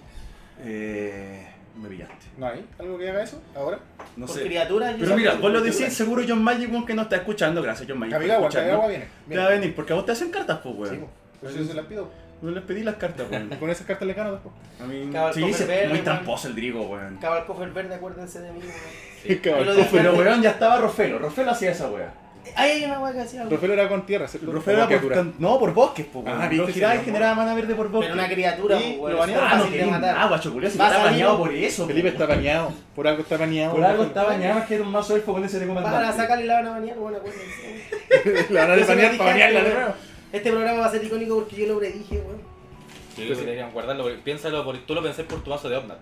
Speaker 1: Eh, me pillaste.
Speaker 2: ¿No hay algo que haga eso ahora?
Speaker 1: No
Speaker 3: Por
Speaker 1: sé.
Speaker 3: criaturas. yo
Speaker 1: Pero
Speaker 3: sé-
Speaker 1: mira, vos lo decís, seguro John Magic, weón, que no está escuchando. Gracias, John Magic. por
Speaker 2: Kamikawa,
Speaker 3: pues,
Speaker 1: escucharnos.
Speaker 2: Kamikawa viene.
Speaker 1: Te va a venir, porque a vos te hacen cartas, pues,
Speaker 2: Sí,
Speaker 1: weón.
Speaker 2: pues. Por eso se las pido.
Speaker 1: No les pedí las cartas, weón.
Speaker 2: Con esas cartas le gano después.
Speaker 1: A mí...
Speaker 3: Cabal
Speaker 1: Sí,
Speaker 3: Comer
Speaker 1: se-
Speaker 3: Verde,
Speaker 1: muy
Speaker 3: weón.
Speaker 1: tramposo el Drigo, weón.
Speaker 3: Cabalcofer verde, acuérdense de mí, weón.
Speaker 4: Sí.
Speaker 2: Cabrón.
Speaker 3: Yo lo dije
Speaker 1: Pero,
Speaker 3: antes.
Speaker 1: weón, ya estaba Rofelo. Rofelo hacía esa, weón.
Speaker 3: Ahí hay una weá que hacía.
Speaker 2: Rofelo era con tierra, ¿cierto?
Speaker 1: Rofelo era
Speaker 2: Como
Speaker 1: por...
Speaker 2: criatura.
Speaker 1: can- No, por bosques, pues, weón.
Speaker 5: Ah, viste,
Speaker 1: Lo giraba y
Speaker 5: señor.
Speaker 1: generaba mana verde por bosques.
Speaker 3: Pero una
Speaker 2: Y
Speaker 3: criatura, pues, weón.
Speaker 2: lo banearon.
Speaker 3: es
Speaker 1: Ah, no
Speaker 3: fácil de
Speaker 1: quería
Speaker 3: Ah, matar.
Speaker 1: agua, choculeo, si
Speaker 3: Va a
Speaker 1: está
Speaker 3: salir-
Speaker 1: bañado por eso.
Speaker 2: Felipe
Speaker 1: weón.
Speaker 2: está bañado. Por algo está bañado.
Speaker 1: Por algo está bañado, es que era un mazo elfo con ese recomendado.
Speaker 3: Para sacarle la van a banear, weón, acuérdense.
Speaker 2: La van a
Speaker 3: Yo se lo
Speaker 2: bañar
Speaker 3: dije
Speaker 2: para bañarla
Speaker 3: antes,
Speaker 2: de
Speaker 3: weón.
Speaker 2: nuevo.
Speaker 3: Este programa va a ser icónico porque yo lo predije, weón.
Speaker 4: Yo creo que deberían guardarlo. porque- Piénsalo, porque tú lo pensé por tu mazo de Omnat.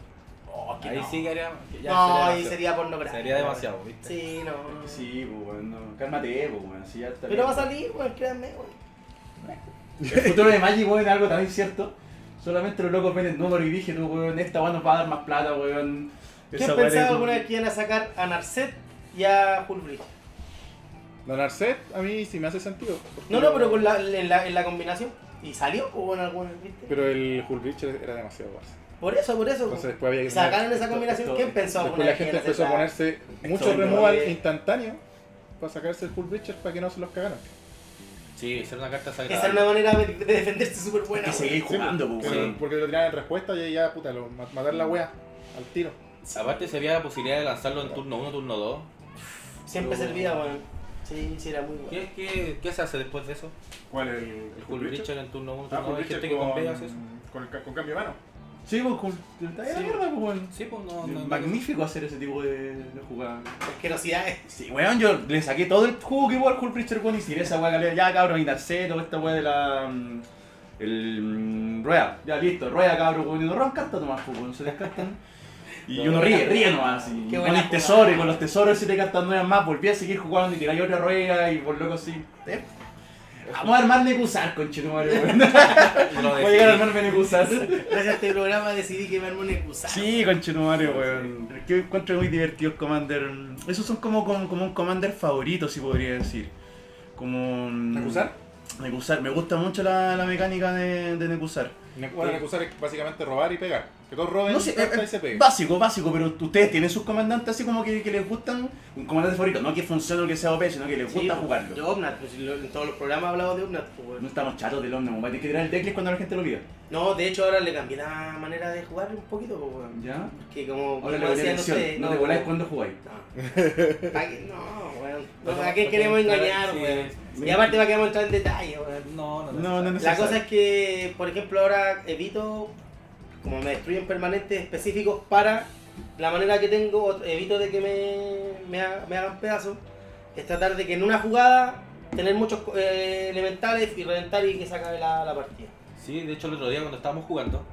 Speaker 4: Ahí sí que haría. que ya
Speaker 3: No,
Speaker 4: sería
Speaker 3: ahí
Speaker 4: demasiado.
Speaker 3: sería pornográfico.
Speaker 4: Sería demasiado, ¿viste?
Speaker 3: Sí, no.
Speaker 1: Sí, pues, weón. no. Cálmate, pues, weón. Sí, ya está
Speaker 3: Pero va
Speaker 1: bien.
Speaker 3: a salir, weón, créanme, weón.
Speaker 1: El futuro de Magic, weón, es algo tan incierto. Solamente los locos ven el número y dije, tú, weón, esta weón nos va a dar más plata, weón.
Speaker 3: ¿Quién pensaba alguna vez que iban a sacar a Narset y a Hulbrich?
Speaker 2: Don Arcet, a mí sí me hace sentido. porque-
Speaker 3: No, no, pero con la, en, la, en la combinación. Y salió, pues, o en algún, ¿viste?
Speaker 2: Pero el Hulrich era demasiado base.
Speaker 3: por eso, por eso.
Speaker 2: Entonces
Speaker 3: weón.
Speaker 2: después había que...
Speaker 3: Sacaron esa
Speaker 2: esto-
Speaker 3: combinación.
Speaker 1: esto-
Speaker 3: ¿Quién pensó
Speaker 2: Después
Speaker 3: alguna
Speaker 2: la
Speaker 3: vez que
Speaker 2: gente
Speaker 3: iban a
Speaker 2: empezó a
Speaker 3: hacer
Speaker 2: ponerse muchos
Speaker 4: Esto-
Speaker 2: removal
Speaker 3: eh.
Speaker 2: instantáneos para sacarse el Hulrichers para que no se los cagaran.
Speaker 4: Sí, hacer una carta
Speaker 3: la- Esa era
Speaker 4: sagrada.
Speaker 3: una manera de de defenderse súper buena.
Speaker 1: que
Speaker 3: weón.
Speaker 1: seguir jugando, pues,
Speaker 2: Porque-
Speaker 1: weón.
Speaker 2: Porque lo tiraban en respuesta y ahí ya, puta, lo, ma- matar la wea al tiro.
Speaker 4: Aparte, se había la posibilidad de lanzarlo en turno 1, turno 2.
Speaker 3: Siempre servía, weón. Sí, sí, era muy bueno.
Speaker 4: ¿Qué, qué, qué se hace después de eso?
Speaker 5: ¿Cuál? ¿El,
Speaker 4: El Hulk Richard en turno 1,
Speaker 5: Ah,
Speaker 4: turno 2.
Speaker 5: Hulk
Speaker 4: Hay gente
Speaker 5: Richard
Speaker 4: que con B hace eso.
Speaker 5: con, con, el ca- con cambio de mano.
Speaker 1: Sí, pues, con... está de la mierda, pues, weón.
Speaker 4: Sí, pues no. no-
Speaker 1: Magnífico hacer ese tipo de, de jugadas.
Speaker 3: Asquerosidades.
Speaker 1: Sí, weón, yo le saqué todo el jugo que puedo al Hulk Preacher, weón, y tiré esa weá calera. Ya, cabrón, y Narceto, esta weá de la. mm, El. mm, rueda, ya listo, rueda, cabrón, weón. Y no roban cartas nomás, pues, weón, se descartan. Y uno ríe, ríe nomás. Y
Speaker 3: Qué
Speaker 1: con
Speaker 3: buena
Speaker 1: el tesoro, y con los tesoros, siete cartas nuevas más, volví a seguir jugando y tiráis otra rueda, y por loco, sí. Eh, Vamos a armar Necusar, conchetumare, weón.
Speaker 4: no
Speaker 1: Voy a llegar a
Speaker 4: decidí.
Speaker 1: armar Necusar.
Speaker 3: Gracias a este programa decidí que me armó un excusado.
Speaker 1: Sí, conchetumare, weón. Es que encuentro muy divertido el Commander. Esos son como, como, como un Commander favorito, si podría decir. Como. un-
Speaker 2: ¿Necusar?
Speaker 1: Necusar. Me gusta mucho la, la mecánica de, de Necusar.
Speaker 2: Ne- Bueno, acusar es básicamente robar y pegar. Que todos roben
Speaker 1: No sé,
Speaker 2: cartas
Speaker 1: eh,
Speaker 2: y se peguen.
Speaker 1: Básico, básico, pero ustedes tienen sus comandantes así como que, que les gustan. Un comandante favorito, no que funcione o que sea OP, sino que les gusta
Speaker 3: pues,
Speaker 1: jugarlo.
Speaker 3: Yo Omnat, pues, lo- en todos los programas he hablado de Omnat. pues,
Speaker 1: No
Speaker 3: weón.
Speaker 1: estamos chatos del Omnium, hay que tirar el decklist cuando la gente lo pida.
Speaker 3: No, de hecho ahora le cambié la manera de jugar un poquito, pues, weón.
Speaker 1: ¿Ya?
Speaker 3: Que
Speaker 1: Ahora
Speaker 3: como,
Speaker 1: le
Speaker 3: como
Speaker 1: voy a la
Speaker 3: decía, no
Speaker 1: elección.
Speaker 3: sé,
Speaker 1: No te voláis cuando jugáis.
Speaker 3: No. ¿Pa' qué? No, weón. No, ¿A qué
Speaker 4: no,
Speaker 3: queremos
Speaker 4: no,
Speaker 3: engañar,
Speaker 4: sí,
Speaker 3: weón?
Speaker 4: sí.
Speaker 3: Y aparte va que vamos a entrar en detalle, weón.
Speaker 4: No, no,
Speaker 1: No, no, no.
Speaker 3: La
Speaker 1: se
Speaker 3: cosa
Speaker 1: sabe.
Speaker 3: es que, por ejemplo, ahora evito, como me destruyen permanentes específicos para la manera que tengo, o- evito de que me, me, ha- me hagan pedazos, es tratar de que en una jugada tener muchos eh, elementales y reventar y que se acabe la, la partida.
Speaker 4: Sí, de hecho el otro día cuando estábamos jugando,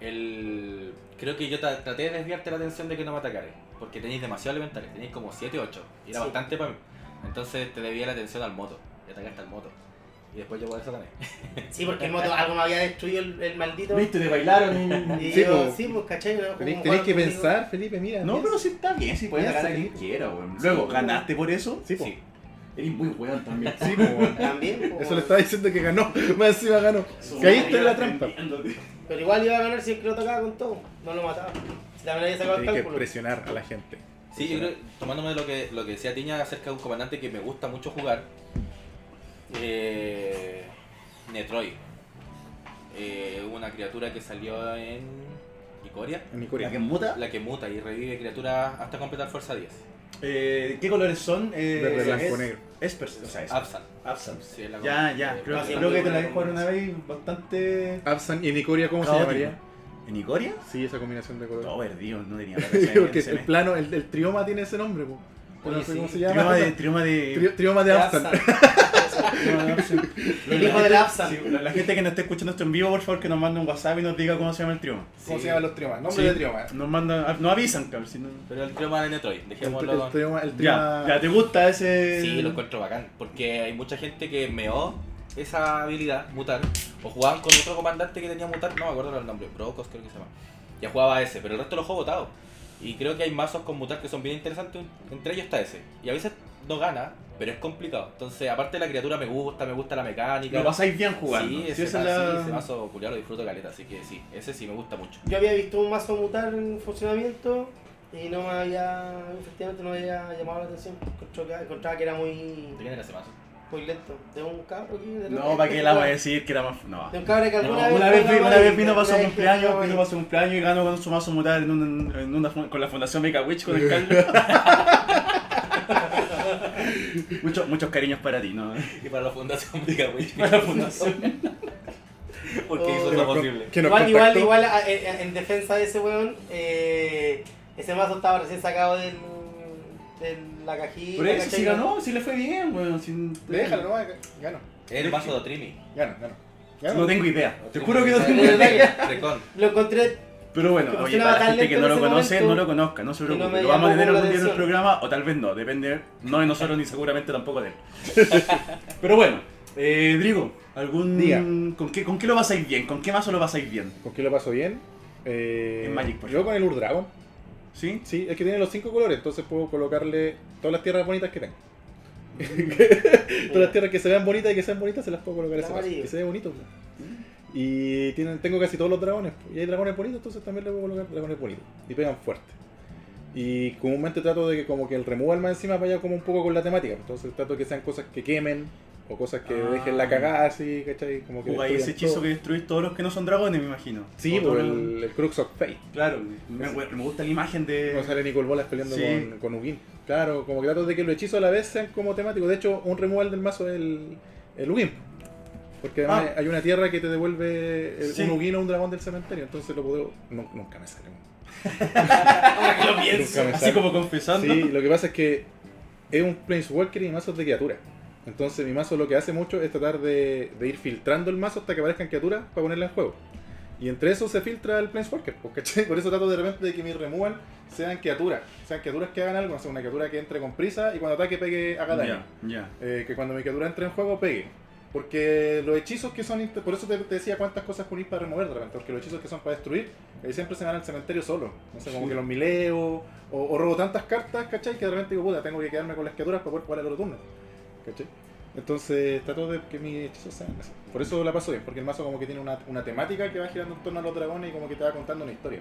Speaker 4: el... creo que yo tra- traté de desviarte la atención de que no me atacares, porque tenéis demasiados elementales, tenéis como 7 o 8, y era
Speaker 3: Sí.
Speaker 4: bastante para mí. Entonces te debía la atención al moto, y atacaste al moto. Y después yo por eso gané.
Speaker 3: Sí, porque el moto algo me había destruido el, el maldito.
Speaker 1: Viste, te bailaron y.
Speaker 3: Y
Speaker 2: Sí,
Speaker 3: yo,
Speaker 2: po.
Speaker 3: sí, pues, ¿cachai? No,
Speaker 2: Tenéis
Speaker 3: Como
Speaker 2: tenéis
Speaker 3: jugar
Speaker 2: que
Speaker 3: conmigo.
Speaker 2: pensar, Felipe, mira.
Speaker 1: No,
Speaker 2: piensa.
Speaker 1: pero si está bien, si puedes
Speaker 2: Ya
Speaker 1: ganar a
Speaker 2: salí.
Speaker 1: quien quiera, weón. Luego, ganaste por eso.
Speaker 2: Sí, po.
Speaker 4: Sí.
Speaker 1: Eres muy weón también.
Speaker 2: Sí, po, weón.
Speaker 3: También, po,
Speaker 2: Eso le estaba diciendo que ganó. Más encima ganó. Caíste en la trampa.
Speaker 3: Pero igual iba a ganar si es que lo tocaba con todo. No lo mataba. Si también había sacado el
Speaker 2: Tienes que
Speaker 3: cálculo.
Speaker 5: Presionar a la gente.
Speaker 4: Sí, yo creo, tomándome de lo que, lo que decía Tiña acerca de un comandante que me gusta mucho jugar, eh, Netroid. Eh, una criatura que salió en Icoria,
Speaker 5: En mi
Speaker 1: ¿La
Speaker 5: Corea.
Speaker 1: que muta?
Speaker 4: la que muta y revive criaturas hasta completar fuerza 10.
Speaker 1: Eh, ¿Qué colores son? Eh,
Speaker 5: Verde, blanco,
Speaker 1: es-
Speaker 5: negro.
Speaker 1: Es, pers- o sea, es
Speaker 4: Absal.
Speaker 1: Absams.
Speaker 4: Sí, la
Speaker 1: Ya,
Speaker 4: conozco.
Speaker 1: ya.
Speaker 4: Eh,
Speaker 1: Creo,
Speaker 4: pero-
Speaker 1: creo que te la vi jugar una vez y bastante...
Speaker 2: Absan y Nicoria, ¿cómo
Speaker 1: caótico.
Speaker 2: se llamaría?
Speaker 1: ¿En Icoria? Oh,
Speaker 2: Sí, esa combinación de colores.
Speaker 1: No, perdido, no tenía
Speaker 2: Porque el plano, el, el trioma tiene ese nombre, po.
Speaker 7: Pero no sé
Speaker 3: Oye,
Speaker 7: cómo
Speaker 3: sí.
Speaker 7: se
Speaker 1: Trioma
Speaker 7: llama.
Speaker 1: de. Trioma de.
Speaker 7: Tri- Trioma de Amsterdam.
Speaker 1: trioma de Absent.
Speaker 3: El hijo del Absam.
Speaker 1: Sí, la, la gente que nos esté escuchando esto en vivo, por favor, que nos mande un WhatsApp y nos diga cómo se llama el trioma.
Speaker 7: ¿Cómo
Speaker 3: Sí.
Speaker 7: se llaman los triomas? Nombre
Speaker 1: Sí.
Speaker 7: de trioma. eh.
Speaker 1: Nos mandan. ah, Nos avisan, cabrón. si no-
Speaker 4: Pero el trioma de Detroit,
Speaker 7: El,
Speaker 4: dejémoslo.
Speaker 7: el trioma. El
Speaker 1: Ya,
Speaker 7: trioma.
Speaker 1: ya, ¿te gusta ese.?
Speaker 4: Sí, lo encuentro bacán, porque hay mucha gente que meó esa habilidad, mutar, o jugaban con otro comandante que tenía mutar, no me acuerdo el nombre, Brocos creo que se llama. Ya jugaba ese, pero el resto lo juego votado. Y creo que hay mazos con mutar que son bien interesantes, entre ellos está ese. Y a veces no gana, pero es complicado. Entonces, aparte la criatura me gusta, me gusta la mecánica.
Speaker 1: Lo pasáis bien jugando.
Speaker 4: Sí,
Speaker 1: Sí,
Speaker 4: ese,
Speaker 1: esa es
Speaker 4: ma- sí,
Speaker 1: la-
Speaker 4: ese mazo culiao lo disfruto caleta, así que sí, ese sí me gusta mucho.
Speaker 3: Yo había visto un mazo mutar en funcionamiento y no me había, efectivamente no me había llamado la atención. Encontró que- Encontraba que era muy,
Speaker 4: ¿De quién era ese mazo?
Speaker 3: muy lento. De un cabro que... de-
Speaker 1: No, ¿para qué la voy a decir que era más.? No.
Speaker 3: De un cabro que
Speaker 1: No,
Speaker 3: alguna
Speaker 1: una, vez, vi-
Speaker 3: jugaba
Speaker 1: una vez
Speaker 3: y-
Speaker 1: vino para su
Speaker 3: una vez
Speaker 1: cumpleaños,
Speaker 3: jugaba
Speaker 1: vino
Speaker 3: y-
Speaker 1: para su cumpleaños y ganó con su mazo mutar en un- en una fun- con la fundación Mega Witch con el Carlos. Mucho- muchos cariños para ti, ¿no?
Speaker 4: Y para la Fundación Briga, güey.
Speaker 1: Para la fundación.
Speaker 4: Porque
Speaker 3: Oh.
Speaker 4: hizo
Speaker 2: Que
Speaker 4: lo
Speaker 2: nos con-
Speaker 4: posible.
Speaker 2: que nos
Speaker 3: igual, igual,
Speaker 2: contactó.
Speaker 3: igual, a- eh, eh, en defensa de ese weón, eh, ese mazo estaba recién sacado del, de la cajita.
Speaker 1: Por eso,
Speaker 3: ¿cachai?
Speaker 1: si ganó, si le fue bien, weón. si-
Speaker 7: Déjalo, no, gano.
Speaker 4: El mazo de Otrimi.
Speaker 7: Gano, gano.
Speaker 1: No
Speaker 7: Gano.
Speaker 1: tengo idea. Te juro que no tengo idea.
Speaker 4: Recon.
Speaker 3: Lo encontré.
Speaker 1: Pero bueno,
Speaker 3: Como
Speaker 1: oye,
Speaker 3: si no
Speaker 1: para
Speaker 3: era
Speaker 1: la gente
Speaker 3: talento
Speaker 1: que no
Speaker 3: en
Speaker 1: lo
Speaker 3: ese
Speaker 1: conoce,
Speaker 3: momento,
Speaker 1: no lo conozca, no se
Speaker 3: que no
Speaker 1: preocupe.
Speaker 3: me
Speaker 1: lo vamos a
Speaker 3: llamó
Speaker 1: tener
Speaker 3: la
Speaker 1: algún día en el
Speaker 3: atención.
Speaker 1: programa, o tal vez no, depende, no de nosotros ni seguramente tampoco de él. Pero bueno, eh, Drigo, algún
Speaker 7: Diga.
Speaker 1: ¿Con qué, ¿Con qué lo pasáis bien? ¿Con qué mazo lo pasáis bien?
Speaker 2: ¿Con qué lo paso bien? Eh,
Speaker 1: En Magic, por
Speaker 2: Yo con el Urdragon.
Speaker 1: ¿Sí?
Speaker 2: Sí, es que tiene los cinco colores, entonces puedo colocarle todas las tierras bonitas que tengo.
Speaker 1: Mm.
Speaker 2: Todas las tierras que se vean bonitas y que sean bonitas se las puedo colocar a ese mazo.
Speaker 3: Amarillo.
Speaker 2: Que se ve bonito. pues.
Speaker 1: Mm.
Speaker 2: Y tienen- tengo casi todos los dragones. pues. Y hay dragones bonitos, entonces también le puedo colocar dragones bonitos. Y pegan fuerte. Y comúnmente trato de que como que el removal más encima vaya como un poco con la temática. Entonces trato de que sean cosas que quemen o cosas que
Speaker 1: Ah.
Speaker 2: dejen la cagada así, ¿cachai? Como que
Speaker 1: Jugáis ese
Speaker 2: destruyan
Speaker 1: hechizo
Speaker 2: todo.
Speaker 1: que destruís todos los que no son dragones, me imagino.
Speaker 2: Sí,
Speaker 1: O
Speaker 2: por
Speaker 1: todos los-
Speaker 2: el, el Crux of Fate.
Speaker 1: Claro, me, me gusta la imagen de...
Speaker 2: No sale Nicol Bolas peleando
Speaker 1: Sí.
Speaker 2: con, con Ugin. Claro, como que trato de que los hechizos a la vez sean como temáticos. De hecho, un removal del mazo es el, el Ugin. Porque además hay una tierra que te devuelve el-
Speaker 1: Ah. Sí.
Speaker 2: un Ugin o un dragón del cementerio. Entonces lo puedo. nu- nunca me sale. weón.
Speaker 3: Ahora que lo pienso.
Speaker 2: Nunca me
Speaker 1: Así
Speaker 2: sale.
Speaker 1: como confesando.
Speaker 2: Sí, lo que pasa es que es un Planeswalker y mazos de criatura. Entonces mi mazo lo que hace mucho es tratar de, de ir filtrando el mazo hasta que aparezcan criaturas para ponerla en juego. Y entre eso se filtra el Planeswalker, pues, ¿cachai? Por eso trato de repente de que mis removal sean criaturas. Sean criaturas que hagan algo, no sea, una criatura que entre con prisa y cuando ataque pegue haga daño.
Speaker 1: Ya, ya.
Speaker 2: Eh, que cuando mi criatura entre en juego pegue. Porque los hechizos que son... inter- Por eso te, te decía cuántas cosas ponís para remover de repente. Porque los hechizos que son para destruir eh, siempre se van al cementerio solo. No sé, como
Speaker 1: Sí.
Speaker 2: que los mileo o, o robo tantas cartas, ¿cachai? Que de repente digo, puta, tengo que quedarme con las criaturas para poder jugar el otro turno. ¿Cachai? Entonces trato de que mis hechizos sean así. Por eso la paso bien. Porque el mazo como que tiene una, una temática que va girando en torno a los dragones y como que te va contando una historia.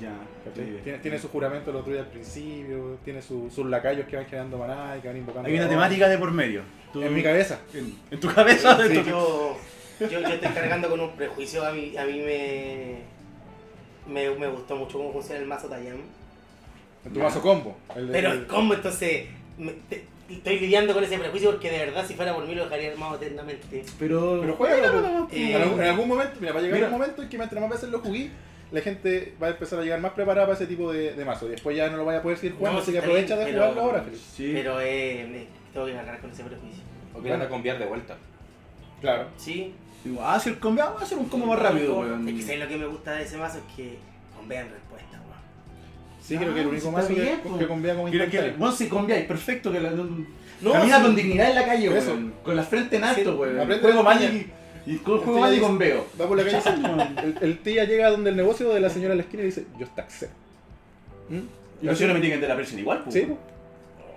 Speaker 1: Ya.
Speaker 2: ¿cachai?
Speaker 1: Eh,
Speaker 2: Tiene, tiene su juramento de los druidas al principio. Tiene su- sus lacayos que van generando maná y que van invocando...
Speaker 1: Hay una
Speaker 2: dragones.
Speaker 1: temática de por medio. Tú-
Speaker 2: En mi cabeza.
Speaker 1: En, en tu cabeza. de tu-
Speaker 3: Yo, yo, yo estoy cargando con un prejuicio. A mí, a mí me, me, me gustó mucho cómo funciona el mazo Tayam.
Speaker 2: En tu mazo combo. El de-
Speaker 3: Pero
Speaker 2: el-
Speaker 3: ¿cómo entonces? Me- te- estoy lidiando con ese prejuicio porque de verdad si fuera por mí lo dejaría armado eternamente.
Speaker 1: Pero...
Speaker 2: pero juega.
Speaker 3: Eh,
Speaker 2: en, algún, en algún momento, mira, va a llegar
Speaker 1: Mira.
Speaker 2: un momento en que mientras más veces lo jugué, la gente va a empezar a llegar más preparada para ese tipo de, de mazo. Y después ya no lo vaya a poder seguir jugando,
Speaker 3: No,
Speaker 2: así que
Speaker 3: está bien,
Speaker 2: aprovecha de
Speaker 3: pero-
Speaker 2: jugarlo ahora, Felipe.
Speaker 1: Sí.
Speaker 3: Pero eh, me tengo que cargar con ese prejuicio.
Speaker 4: O que anda a cambiar de vuelta.
Speaker 2: Claro.
Speaker 3: ¿Sí?
Speaker 1: Digo, ah, si el combo, vamos a hacer un combo más rápido, weón.
Speaker 3: Es que ¿sabes lo que me gusta de ese mazo? Es que convean respuesta, weón.
Speaker 2: Sí,
Speaker 1: Ah,
Speaker 2: creo que el
Speaker 1: pues
Speaker 2: único
Speaker 1: está
Speaker 2: mazo que,
Speaker 1: bien, pues.
Speaker 2: que convida como
Speaker 1: Quiero que,
Speaker 2: instantáneo.
Speaker 1: vos si combiáis, perfecto, que la, no-
Speaker 3: No,
Speaker 1: camina
Speaker 3: sí.
Speaker 1: con dignidad en la calle,
Speaker 2: Eso.
Speaker 1: weón. Con la frente en alto, weón.
Speaker 2: Aprende
Speaker 1: juego
Speaker 2: a
Speaker 1: Magic
Speaker 2: combiar.
Speaker 1: y, y con- juego
Speaker 2: Sí,
Speaker 1: Magic
Speaker 2: sí.
Speaker 1: con veo.
Speaker 2: Va por la calle y dice,
Speaker 1: Weón.
Speaker 2: el, el tía llega donde el negocio de la señora de la esquina y dice, yo taxé. ¿Mm?
Speaker 1: Y los señores me tienen que la presión igual, pues.
Speaker 2: Sí, pues.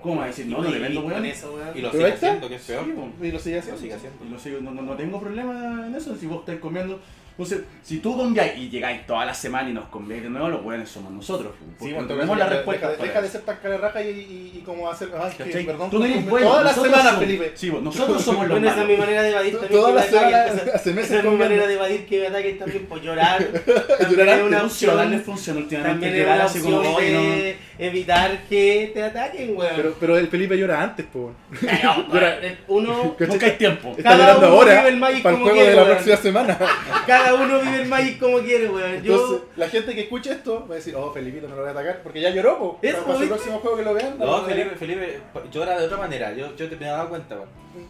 Speaker 1: ¿Cómo vas a decir? No, no le vendo,
Speaker 3: Y Con
Speaker 1: weón.
Speaker 3: eso, weón.
Speaker 4: Y
Speaker 2: Pero
Speaker 4: lo sigue
Speaker 2: ahí está.
Speaker 4: haciendo, que es peor.
Speaker 1: Sí, pues.
Speaker 2: y lo sigue haciendo.
Speaker 4: Lo sigue haciendo.
Speaker 1: Y lo sigo, no, no- no tengo problema en eso, si vos estás comiendo. Entonces, si tú conviáis y llegáis toda la semana y nos conviáis de nuevo, los weones somos nosotros. pues, Porque
Speaker 2: Sí, bueno,
Speaker 1: tenemos la respuesta.
Speaker 2: Deja,
Speaker 1: para
Speaker 2: deja de
Speaker 1: eso,
Speaker 2: ser tan carerraja y, y, y como hacer. Ay, que,
Speaker 1: ¿cachai?
Speaker 2: perdón,
Speaker 1: Tú no eres
Speaker 2: todas
Speaker 1: bueno,
Speaker 2: las
Speaker 1: nosotros
Speaker 2: semanas,
Speaker 1: somos-
Speaker 2: Felipe.
Speaker 1: Sí, vos, nosotros somos los
Speaker 3: Bueno, esa es mi
Speaker 1: malos.
Speaker 3: manera de evadir también.
Speaker 2: Todas
Speaker 3: que
Speaker 2: las
Speaker 3: me ataquen,
Speaker 2: semanas,
Speaker 3: esa-
Speaker 2: hace meses
Speaker 3: Esa es mi
Speaker 2: cambiando.
Speaker 3: manera de evadir que me ataquen también por llorar. También
Speaker 2: Llorar
Speaker 3: es una
Speaker 1: No darle
Speaker 3: opción.
Speaker 1: función últimamente,
Speaker 3: También
Speaker 1: que
Speaker 3: es una
Speaker 1: dar así como,
Speaker 3: opción
Speaker 1: oye, no,
Speaker 3: de evitar que te ataquen, weón.
Speaker 2: Pero, pero el Felipe llora antes, po.
Speaker 3: Pero,
Speaker 2: Llora.
Speaker 3: eh, uno,
Speaker 2: ¿Cachai?
Speaker 1: Nunca hay tiempo.
Speaker 2: Está
Speaker 3: Cada
Speaker 2: llorando
Speaker 3: uno
Speaker 2: ahora
Speaker 3: vive el Magic
Speaker 2: para el
Speaker 3: como
Speaker 2: juego de la
Speaker 3: quiere,
Speaker 2: próxima semana.
Speaker 3: cada cada uno vive el Magic como quiere, weón.
Speaker 1: Entonces,
Speaker 3: Yo.
Speaker 1: la gente que escuche esto va a decir, oh, Felipito no lo voy a atacar, porque ya lloró, po.
Speaker 3: Eso,
Speaker 1: Para- para
Speaker 3: ¿viste?
Speaker 1: su próximo juego que lo vean.
Speaker 4: No,
Speaker 1: lo-
Speaker 4: Felipe, Felipe, yo era de otra manera, yo, yo te me daba cuenta, weón.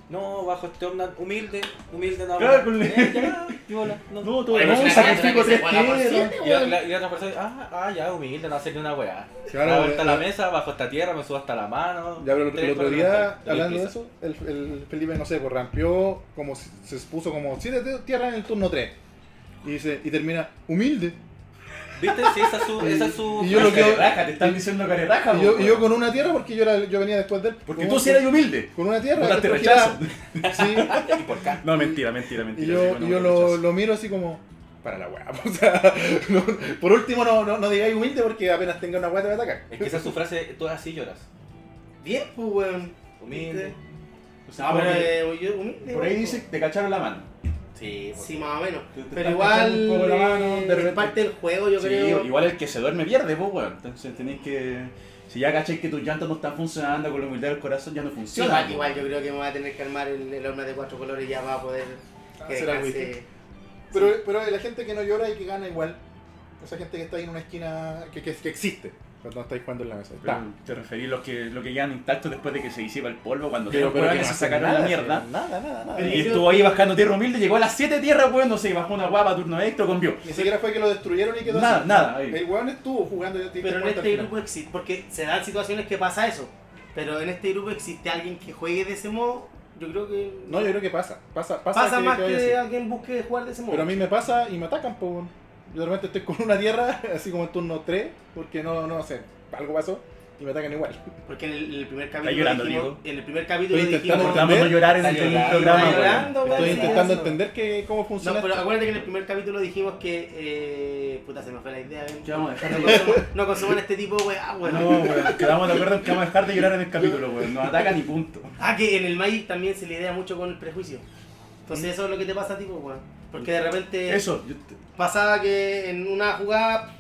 Speaker 4: No, bajo este onda, humilde, humilde, no.
Speaker 5: Claro,
Speaker 4: no.
Speaker 5: con-
Speaker 4: Eh, ya, viola, no.
Speaker 5: No, todo
Speaker 8: Oye,
Speaker 5: no,
Speaker 8: pues una
Speaker 5: sacrifico
Speaker 8: contra que se
Speaker 5: tres
Speaker 8: juega por
Speaker 5: tierras.
Speaker 8: siete,
Speaker 4: Y la, la- y la otra persona, ah, ah, ya, humilde, no hacer ni una weá.
Speaker 2: Claro,
Speaker 4: Hago hasta
Speaker 2: eh,
Speaker 4: la
Speaker 2: eh.
Speaker 4: mesa, bajo esta tierra, me subo hasta la mano.
Speaker 2: Ya, pero el,
Speaker 4: Tres,
Speaker 2: el otro
Speaker 4: cuatro,
Speaker 2: día,
Speaker 4: cinco, seis,
Speaker 2: hablando de
Speaker 4: pizza.
Speaker 2: eso, el, el Felipe, no sé, pues rampeó, como, si- se expuso como 7 tierras en el turno 3. Y, dice, y termina, humilde.
Speaker 4: ¿Viste? Sí, esa es su. Esa es su
Speaker 2: Y yo lo que-
Speaker 5: Careraja, te están diciendo careraja,
Speaker 2: Y yo,
Speaker 5: po,
Speaker 2: y yo
Speaker 5: weón.
Speaker 2: con una tierra, porque yo, era- yo venía después de él.
Speaker 5: Porque
Speaker 2: Con
Speaker 5: tú
Speaker 2: una-
Speaker 5: sí eras humilde.
Speaker 2: Con una tierra.
Speaker 5: Votaste
Speaker 2: después giraba.
Speaker 5: rechazo.
Speaker 2: Sí,
Speaker 4: ¿Y por qué?
Speaker 5: No, mentira, mentira,
Speaker 2: y
Speaker 5: mentira.
Speaker 2: yo,
Speaker 5: sí,
Speaker 2: y yo
Speaker 5: bueno,
Speaker 2: lo,
Speaker 5: rechazo.
Speaker 2: lo miro así como, para la weá. O sea, no- por último, no, no, no digáis humilde, porque apenas tenga una weá te va a atacar.
Speaker 4: Es que esa es su frase, tú así lloras.
Speaker 3: Bien, pues, weón.
Speaker 4: Humilde.
Speaker 5: Ah,
Speaker 3: No, pero
Speaker 5: porque
Speaker 3: eh, yo humilde.
Speaker 5: Por ahí
Speaker 3: weón.
Speaker 5: dice, te cacharon la mano.
Speaker 4: Sí, pues, por-
Speaker 3: Sí, más o menos.
Speaker 5: Te- te
Speaker 3: Pero
Speaker 5: están cachando
Speaker 3: igual.
Speaker 5: un poco la mano, de
Speaker 3: eh,
Speaker 5: repente.
Speaker 3: es parte del juego, yo
Speaker 5: Sí,
Speaker 3: creo.
Speaker 5: igual el que se duerme pierde, pues, weón. Entonces tenéis que. Si ya cacháis que tus llantas no están funcionando con la humildad del corazón, ya no
Speaker 3: Sí,
Speaker 5: funciona.
Speaker 3: igual, igual, yo creo que me voy a tener que armar el, el horno de cuatro colores ya para poder que
Speaker 1: Hacer algo
Speaker 3: descanse.
Speaker 1: Pero, pero la gente que no llora y que gana igual, esa gente que está ahí en una esquina, que, que, que existe, cuando estáis jugando en la mesa.
Speaker 5: Pero
Speaker 1: Está.
Speaker 5: te referí a los que, los que quedan intactos después de que se disipa el polvo, cuando
Speaker 1: Pero,
Speaker 5: pero,
Speaker 1: pero que no
Speaker 5: que se
Speaker 1: hacen
Speaker 5: sacaron
Speaker 1: nada,
Speaker 5: la mierda.
Speaker 1: Nada, nada, nada.
Speaker 5: Y estuvo ahí bajando tierra humilde, llegó a las 7 tierras, weón, no sé, bajó una guapa, turno extra, convió.
Speaker 1: Ni siquiera fue que lo destruyeron y quedó
Speaker 5: Nada,
Speaker 1: así.
Speaker 5: nada, ahí.
Speaker 1: El weón estuvo jugando y
Speaker 3: Pero en este grupo existe, porque se dan situaciones que pasa eso. Pero en este grupo existe alguien que juegue de ese modo. Yo creo que
Speaker 2: No, yo creo que pasa. Pasa, pasa,
Speaker 3: pasa más
Speaker 2: vaya
Speaker 3: que
Speaker 2: así.
Speaker 3: alguien busque jugar de ese modo.
Speaker 2: Pero a mí me pasa y me atacan, po. weón. Yo de repente estoy con una tierra, así como en turno 3, porque no, no sé, algo pasó y me atacan igual.
Speaker 3: Porque en el, en el primer capítulo.
Speaker 5: llorando,
Speaker 3: dijimos-
Speaker 5: Diego.
Speaker 3: En el primer capítulo
Speaker 2: Estoy
Speaker 3: dijimos.
Speaker 2: intentando
Speaker 5: Tratamos de no llorar en
Speaker 4: Está
Speaker 5: el
Speaker 4: llorando,
Speaker 5: programa,
Speaker 3: está
Speaker 5: weón.
Speaker 3: llorando, weón,
Speaker 2: Estoy
Speaker 3: sí,
Speaker 2: intentando
Speaker 3: eso.
Speaker 2: entender que, cómo funciona.
Speaker 3: No, pero
Speaker 2: esto.
Speaker 3: acuérdate que en el primer capítulo dijimos que. Eh, puta, se me fue la idea. ¿eh?
Speaker 5: Ya vamos a dejar de
Speaker 3: No
Speaker 5: llorar.
Speaker 3: consuman- No consuman este tipo, weá, weón.
Speaker 5: No, weón, quedamos de acuerdo en que vamos a dejar de llorar en el capítulo, weón. Nos atacan y punto.
Speaker 3: Ah, que en el Magic también se lidia mucho con el prejuicio. Entonces eso es lo que te pasa a ti, pues, weón. Porque de repente
Speaker 5: Eso, yo te-
Speaker 3: pasaba que en una jugada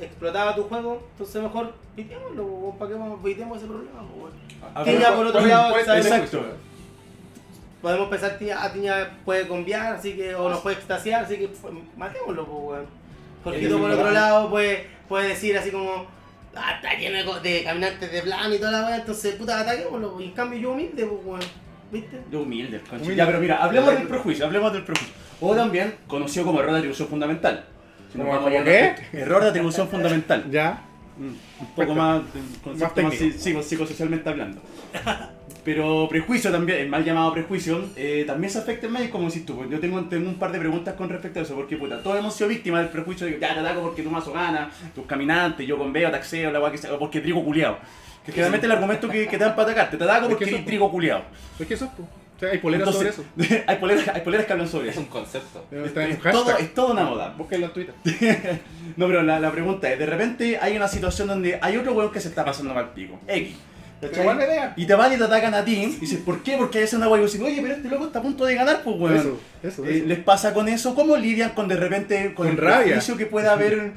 Speaker 3: explotaba tu juego, entonces mejor piteémoslo, weón, para que vamos- evitemos ese problema, pues, weón.
Speaker 5: a
Speaker 3: Tiña,
Speaker 5: ver,
Speaker 3: por otro lado, ¿sabes?
Speaker 5: Exacto.
Speaker 3: podemos pensar, tía, ah, Tiña puede conviar, así que, o nos puede extasiar, así que pues, matémoslo, pues, weón. Porque
Speaker 4: Es
Speaker 3: tú,
Speaker 4: el
Speaker 3: por otro
Speaker 4: plan.
Speaker 3: lado, pues, puede decir así como, ah, está lleno de co- de caminantes de plan y toda la weá, entonces, puta, ataquémoslo, pues. y en cambio yo humilde, pues, weón, ¿viste?
Speaker 5: Yo humilde, el conche.
Speaker 2: Humilde.
Speaker 5: Ya, pero mira, hablemos del prejuicio, hablemos del prejuicio. O también conocido como error de atribución fundamental. Si nos
Speaker 2: ¿Cómo-
Speaker 5: vamos
Speaker 2: cómo
Speaker 5: ya- Error de atribución fundamental.
Speaker 2: Ya,
Speaker 5: Un poco más, de- un concepto más,
Speaker 2: técnico.
Speaker 5: psi- psico- psicosocialmente hablando. Pero prejuicio también, el mal llamado prejuicio, eh, también se afecta en Magic, como decís tú. pues. Yo tengo, tengo un par de preguntas con respecto a eso, porque puta, todos hemos sido víctimas del prejuicio de que ya te ataco porque tú mazo gana, tus caminantes, yo con veo, taxeo, la guay que sea, o porque trigo culiao. Que generalmente el argumento que, que te dan para atacarte, te
Speaker 2: Es
Speaker 5: ataco
Speaker 2: que
Speaker 5: porque
Speaker 2: eso-
Speaker 5: eres trigo culiao.
Speaker 2: es que eso es, po. O sea, hay poleras
Speaker 5: Entonces,
Speaker 2: sobre eso.
Speaker 5: hay, poleras, hay poleras que hablan sobre
Speaker 4: Es
Speaker 5: eso.
Speaker 4: un concepto.
Speaker 2: Está en
Speaker 5: Es
Speaker 2: hashtag.
Speaker 5: todo, es todo una moda.
Speaker 2: Búsquenlo en Twitter.
Speaker 5: No, pero la, la pregunta es, de repente hay una situación donde hay otro weón que se está pasando mal pico. X. ¿cachai?
Speaker 2: Pero igual me vean.
Speaker 5: Y te van y te atacan a ti. Y dices, ¿por qué? Porque hay una weón. Y dices, oye, pero este loco está a punto de ganar, pues weón.
Speaker 2: Eso, eso,
Speaker 5: Eh,
Speaker 2: eso.
Speaker 5: ¿Les pasa con eso? ¿Cómo lidian con de repente con,
Speaker 2: Con
Speaker 5: el
Speaker 2: rabia.
Speaker 5: prejuicio que pueda haber?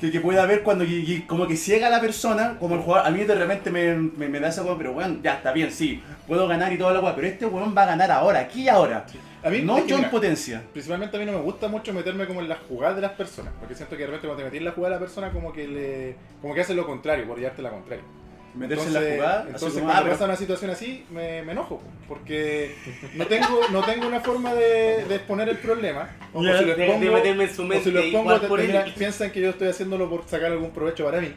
Speaker 5: Que, que pueda haber cuando y- y como que ciega a la persona, como el jugador, a mí de repente me, me, me da esa weón, pero weón, ya está bien, sí, puedo ganar y toda la weón, pero este weón va a ganar ahora, aquí y ahora.
Speaker 2: A mí, es
Speaker 5: No
Speaker 2: que
Speaker 5: yo en
Speaker 2: mira,
Speaker 5: potencia.
Speaker 2: Principalmente a mí no me gusta mucho meterme como en las jugadas de las personas, porque siento que de repente cuando te metís en la jugada de la persona como que le como que hace lo contrario, por llevarte la contraria.
Speaker 5: Meterse en la jugada, así
Speaker 2: entonces
Speaker 5: como,
Speaker 2: cuando
Speaker 5: ah, pero-
Speaker 2: pasa una situación así me, me enojo, po, porque no tengo no tengo una forma de, de exponer el problema. O
Speaker 5: Ya,
Speaker 2: si lo
Speaker 3: De,
Speaker 2: expongo,
Speaker 3: de meterme en su
Speaker 2: o
Speaker 3: mente
Speaker 2: si lo
Speaker 3: y
Speaker 2: expongo
Speaker 3: jugar
Speaker 2: te-
Speaker 3: por él.
Speaker 2: termina- piensan que yo estoy haciéndolo por sacar algún provecho para mí.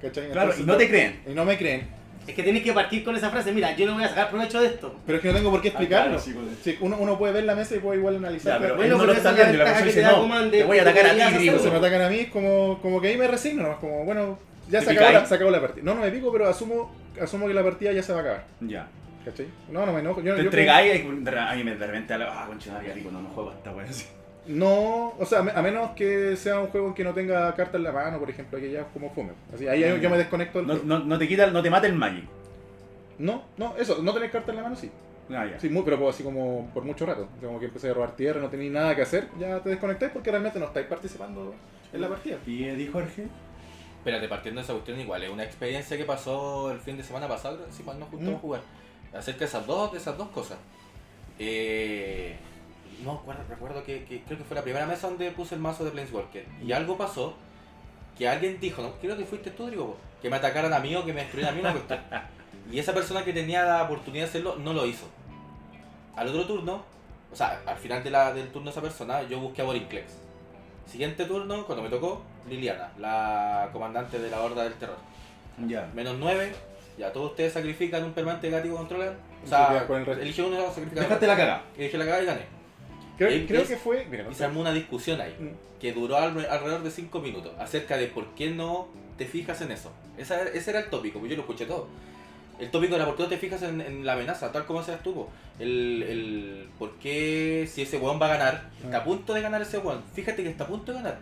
Speaker 2: ¿cachai?
Speaker 5: Claro,
Speaker 2: Entonces,
Speaker 5: y no te creen.
Speaker 2: y no me creen,
Speaker 3: Es que tienes que partir con esa frase, mira, yo no voy a sacar provecho de esto.
Speaker 2: pero es que no tengo por qué explicarlo.
Speaker 5: Ah, claro, sí, pues.
Speaker 2: Sí, uno, uno puede ver la mesa y puede igual analizar.
Speaker 5: Ya, pero
Speaker 3: Bueno,
Speaker 5: él no
Speaker 3: pero
Speaker 5: lo
Speaker 3: esa
Speaker 5: está
Speaker 3: es la
Speaker 5: viendo y la
Speaker 3: ventaja
Speaker 5: persona
Speaker 3: que te
Speaker 5: dice,
Speaker 3: da
Speaker 5: no,
Speaker 3: Commander,
Speaker 5: te voy a
Speaker 3: que
Speaker 5: atacar a
Speaker 3: podrías
Speaker 5: ti, Grigo.
Speaker 2: se me
Speaker 3: hacerlo.
Speaker 2: atacan a mí es como, como que ahí me resigno nomás, como bueno, ya
Speaker 5: ¿Te
Speaker 2: se acabó, la,
Speaker 5: picáis?
Speaker 2: se acabó la partida. No, no me pico, pero asumo, asumo que la partida ya se va a acabar.
Speaker 5: Ya.
Speaker 2: ¿Cachai? No, no me enojo. Yo,
Speaker 5: Te
Speaker 2: yo-
Speaker 5: entregáis y a mí me de repente a la- ah, concha, ya digo, no, no juego a esta wea así.
Speaker 2: No, o sea, a me- a menos que sea un juego en que no tenga carta en la mano, por ejemplo, que ya es como fume. Así, ahí yo, yo me desconecto. del
Speaker 5: No,
Speaker 2: juego.
Speaker 5: no, no te quita, no te mata el Magic.
Speaker 2: no, no, eso, no tener carta en la mano sí.
Speaker 5: Ah, ya.
Speaker 2: Sí, muy, pero así como por mucho rato. O sea, Como que empecé a robar tierra, no tenéis nada que hacer, ya te desconectáis porque realmente no estáis participando en la partida.
Speaker 5: ¿Y eh, di Jorge?
Speaker 4: Espérate, partiendo de esa cuestión igual, es una experiencia que pasó el fin de semana pasado, creo, si mal no juntamos a
Speaker 2: Mm.
Speaker 4: jugar, acerca de esas dos, de esas dos cosas. Eh, No, recuerdo, recuerdo que, que creo que fue la primera mesa donde puse el mazo de Planeswalker. Y algo pasó que alguien dijo, no, creo que fuiste tú, digo, que me atacaran a mí o que me destruyeran a mí una cuestión. Y esa persona que tenía la oportunidad de hacerlo no lo hizo. Al otro turno, o sea, al final de la- del turno de esa persona, yo busqué a Borinclex. Siguiente turno, cuando me tocó, Liliana, la comandante de la Horda del Terror.
Speaker 5: Ya.
Speaker 4: Menos 9, ya todos ustedes sacrifican un permanente negativo que controlan. O
Speaker 2: Y se
Speaker 4: sea,
Speaker 2: queda con el resto.
Speaker 4: elige uno y sacrifican.
Speaker 5: Dejaste la cagada.
Speaker 4: Y dije la cagada y gané.
Speaker 2: Creo,
Speaker 4: Y
Speaker 2: creo
Speaker 4: es-
Speaker 2: que fue. Mira, no
Speaker 4: Y se
Speaker 2: sé.
Speaker 4: armó una discusión ahí,
Speaker 5: Mm.
Speaker 4: que duró al- alrededor de 5 minutos, acerca de por qué no te fijas en eso. Esa- ese era el tópico, pues yo lo escuché todo. El tópico era por qué no te fijas en, en la amenaza, tal como se estuvo. El, el por qué si ese weón va a ganar,
Speaker 5: Ah.
Speaker 4: está a punto de ganar ese weón, fíjate que está a punto de ganar.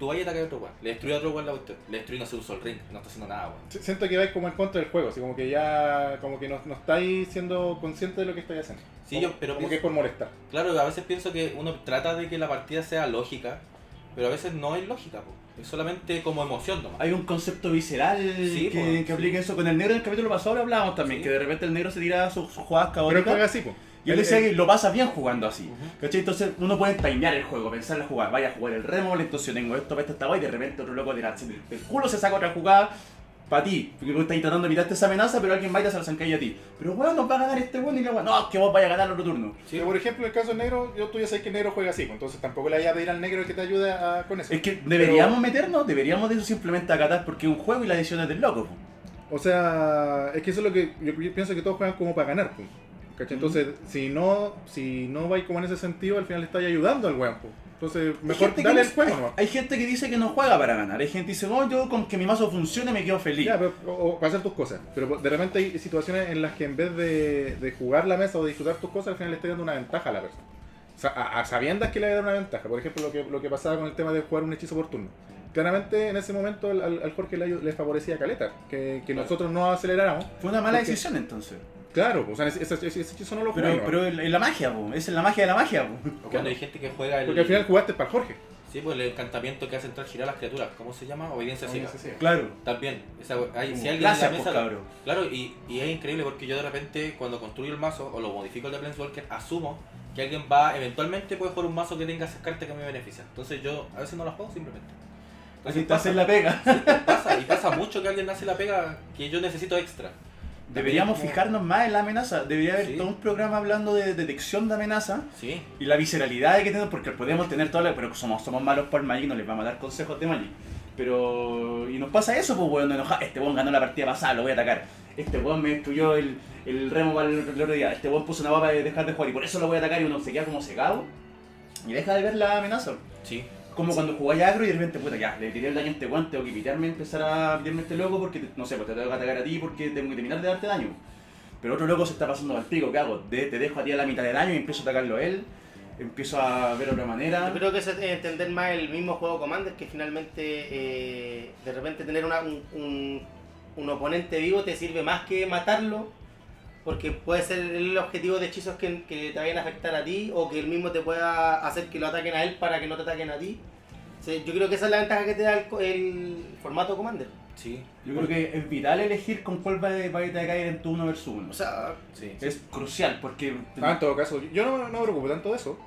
Speaker 4: Tú vayas a atacar a otro weón, le destruye a otro weón la cuestión, le destruye no se usó el ring, no está haciendo nada weón.
Speaker 2: Si- Siento que vais como en contra del juego, así como que ya como que no, no estáis siendo conscientes de lo que estáis haciendo.
Speaker 4: Sí,
Speaker 2: Como-
Speaker 4: yo, pero
Speaker 2: como
Speaker 4: pienso-
Speaker 2: que es por molestar.
Speaker 4: Claro, a veces pienso que uno trata de que la partida sea lógica, pero a veces no es lógica, po. es solamente como emoción nomás.
Speaker 5: Hay un concepto visceral
Speaker 4: Sí,
Speaker 5: que,
Speaker 4: pues,
Speaker 5: que aplica eso. Con el negro en el capítulo pasado lo hablábamos también,
Speaker 4: Sí.
Speaker 5: que de repente el negro se tira sus sus jugadas
Speaker 2: Pero él juega
Speaker 5: caóticas.
Speaker 2: así, pues.
Speaker 5: Y él
Speaker 2: Él-
Speaker 5: decía
Speaker 2: él-
Speaker 5: que lo pasa bien jugando así.
Speaker 4: Ujú.
Speaker 5: ¿Cachai? Entonces uno puede timear el juego, pensar en la jugada. Vaya a jugar el remo, entonces tengo esto, para esta guay, y de repente otro loco de la, del del culo se saca otra jugada para ti. Porque vos estás tratando de evitarte esa amenaza, pero alguien va y te hace la zancadilla a ti. Pero weón, nos va a ganar este weón y la weón. No, que vos vayas a ganar otro turno.
Speaker 4: Sí,
Speaker 2: Pero por ejemplo, en el caso del negro, yo tú ya sabes que el negro juega así, pues, entonces tampoco le vayas a pedir al negro que te ayude a- con eso.
Speaker 5: Es que deberíamos meternos, deberíamos de eso simplemente acatar porque es un juego y la decisión es del loco. po.
Speaker 2: O sea, es que eso es lo que yo, yo pienso que todos juegan como para ganar, pues. ¿Cachai? Entonces, si no si no vais como en ese sentido, al final le estáis ayudando al weón, pues. Entonces,
Speaker 5: Hay
Speaker 2: mejor
Speaker 5: gente que
Speaker 2: dale
Speaker 5: no-
Speaker 2: el juego nomás.
Speaker 5: Hay gente que dice que no juega para ganar. Hay gente que dice, no, yo con que mi mazo funcione me quedo feliz.
Speaker 2: Ya, pero- o, o para hacer tus cosas. Pero de repente hay situaciones en las que en vez de, de jugar la mesa o de disfrutar tus cosas, al final le estás dando una ventaja a la persona. O sea, a, a sabiendas que le va a dar una ventaja. Por ejemplo, lo que, lo que pasaba con el tema de jugar un hechizo por turno. Claramente en ese momento al, al- al Jorge le, ayu- le favorecía a Caleta, que, que
Speaker 4: Claro.
Speaker 2: nosotros no aceleráramos.
Speaker 5: Fue una mala
Speaker 2: ¿Por qué?
Speaker 5: decisión entonces.
Speaker 2: Claro, pues, o sea, ese, ese- ese hechizo no lo
Speaker 5: Pero,
Speaker 2: jugáis, ¿no?
Speaker 5: pero es la magia, po. es la magia de la magia. po.
Speaker 4: O cuando hay gente que juega el.
Speaker 2: Porque al final jugaste para el Jorge.
Speaker 4: Sí, pues el encantamiento que hace entrar girar a las criaturas. ¿Cómo se llama? Obediencia ciega.
Speaker 5: Claro.
Speaker 4: También. Esa, hay, si
Speaker 5: Como
Speaker 4: alguien en la
Speaker 5: clases,
Speaker 4: mesa lo-
Speaker 5: po, Uh, pues, cabrón.
Speaker 4: Claro, y, y es increíble porque yo de repente cuando construyo el mazo o lo modifico el de Planeswalker, asumo que alguien va, eventualmente puede jugar un mazo que tenga esas cartas que me benefician. Entonces yo a veces no las juego simplemente.
Speaker 5: Así
Speaker 4: Entonces
Speaker 5: te hacen
Speaker 4: pasa,
Speaker 5: la pega.
Speaker 4: pasa, y pasa mucho que alguien hace la pega que yo necesito extra.
Speaker 5: Deberíamos
Speaker 4: También
Speaker 5: fijarnos más en la amenaza. Debería haber
Speaker 4: Sí.
Speaker 5: todo un programa hablando de detección de amenaza
Speaker 4: como- Sí,
Speaker 5: y la visceralidad que tenemos, porque podemos tener todas las. Pero somos, somos malos por Magic, no les vamos a dar consejos de Magic. Pero. Y nos pasa eso, pues, weón, nos enoja. Este weón ganó la partida pasada, lo voy a atacar. Este weón me destruyó el, el remo para el, el otro día. Este weón puso una baba de dejar de jugar y por eso lo voy a atacar y uno se queda como cegado y deja de ver la amenaza.
Speaker 4: sí.
Speaker 5: Como cuando jugáis agro y de repente, puta, ya, le tiré el daño a este guante, tengo que evitarme empezar a evitarme este loco porque, te- no sé, pues te tengo que atacar a ti porque tengo que terminar de darte daño. Pero otro loco se está pasando al pico, ¿qué hago? De- te dejo a ti a la mitad de daño y empiezo a atacarlo a él, empiezo a ver otra manera.
Speaker 3: Yo creo que eso es entender más el mismo juego Commander que finalmente eh, de repente tener una- un, un- un oponente vivo te sirve más que matarlo porque puede ser el objetivo de hechizos que, que te vayan a afectar a ti o que él mismo te pueda hacer que lo ataquen a él para que no te ataquen a ti. O sea, yo creo que esa es la ventaja que te da el, co- el formato Commander.
Speaker 4: Sí,
Speaker 5: Yo creo que es vital elegir con cuál va va a caer en tu uno versus uno.
Speaker 3: O sea,
Speaker 4: sí.
Speaker 5: es crucial porque...
Speaker 2: Ah, en todo caso, yo no, no me preocupo tanto de eso.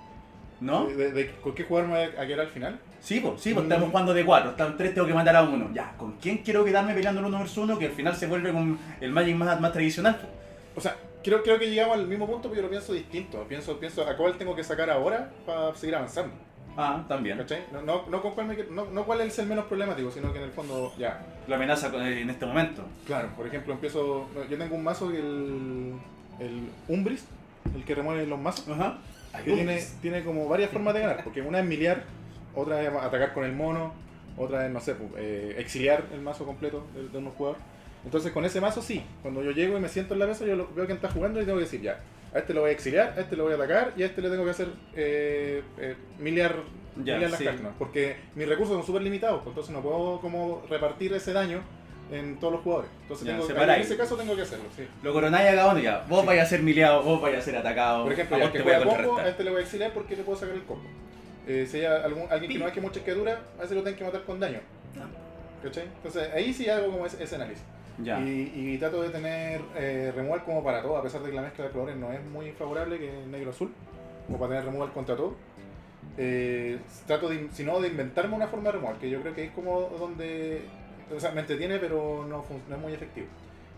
Speaker 5: ¿No?
Speaker 2: De, de con qué jugar me voy a a quedar al final.
Speaker 5: Sí, pues, sí, pues,
Speaker 2: Mm.
Speaker 5: estamos jugando de cuatro, están tres, tengo que matar a uno. Ya, ¿con quién quiero quedarme peleando el uno versus uno que al final se vuelve con el Magic más, más tradicional? pues?
Speaker 2: O sea, creo, creo que llegamos al mismo punto, pero yo lo pienso distinto. Pienso, pienso a cuál tengo que sacar ahora para seguir avanzando.
Speaker 5: Ah, también.
Speaker 2: ¿Cachai? No, no, no con cuál me quiero- no, no cuál es el menos problemático, sino que en el fondo, ya.
Speaker 5: la amenaza con- en este momento.
Speaker 2: Claro, por ejemplo, empiezo. Yo tengo un mazo que el. el Umbris, el que remueve los mazos,
Speaker 5: Ajá.
Speaker 2: que tiene, tiene como varias formas de ganar. Porque una es miliar, otra es atacar con el mono, otra es, no sé, pu- eh, exiliar el mazo completo de, de unos jugadores. Entonces con ese mazo sí, cuando yo llego y me siento en la mesa, yo lo- veo que está jugando y tengo que decir ya, a este lo voy a exiliar, a este lo voy a atacar y a este le tengo que hacer eh, eh, miliar,
Speaker 5: Ya,
Speaker 2: miliar las
Speaker 5: sí.
Speaker 2: cartas. Porque mis recursos son súper limitados, pues, entonces no puedo como repartir ese daño en todos los jugadores. Entonces
Speaker 5: Ya,
Speaker 2: tengo,
Speaker 5: separar.
Speaker 2: en ese caso tengo que hacerlo, sí.
Speaker 5: Lo coronáis a cada uno ya. Vos
Speaker 2: Sí.
Speaker 5: vais a ser miliado, vos vais a ser atacado.
Speaker 2: Por ejemplo,
Speaker 5: a
Speaker 2: ya,
Speaker 5: vos
Speaker 2: que
Speaker 5: te voy
Speaker 2: juega
Speaker 5: a
Speaker 2: combo, a
Speaker 5: contrarrestar.
Speaker 2: este le voy a exiliar porque le puedo sacar el combo. Eh, si hay algún, alguien que no que muchas que dura, a ese lo tengo que matar con daño. ¿Cachai? Entonces ahí sí hago como ese, ese análisis.
Speaker 5: Ya.
Speaker 2: eh, Y, y trato de tener eh, remuel como para todo, a pesar de que la mezcla de colores no es muy favorable, que es negro-azul. o para tener removal contra todo. eh, trato, de, in- si no, de inventarme una forma de removal, que yo creo que ahí es como donde. O sea, me entretiene, pero no, fun- no es muy efectivo.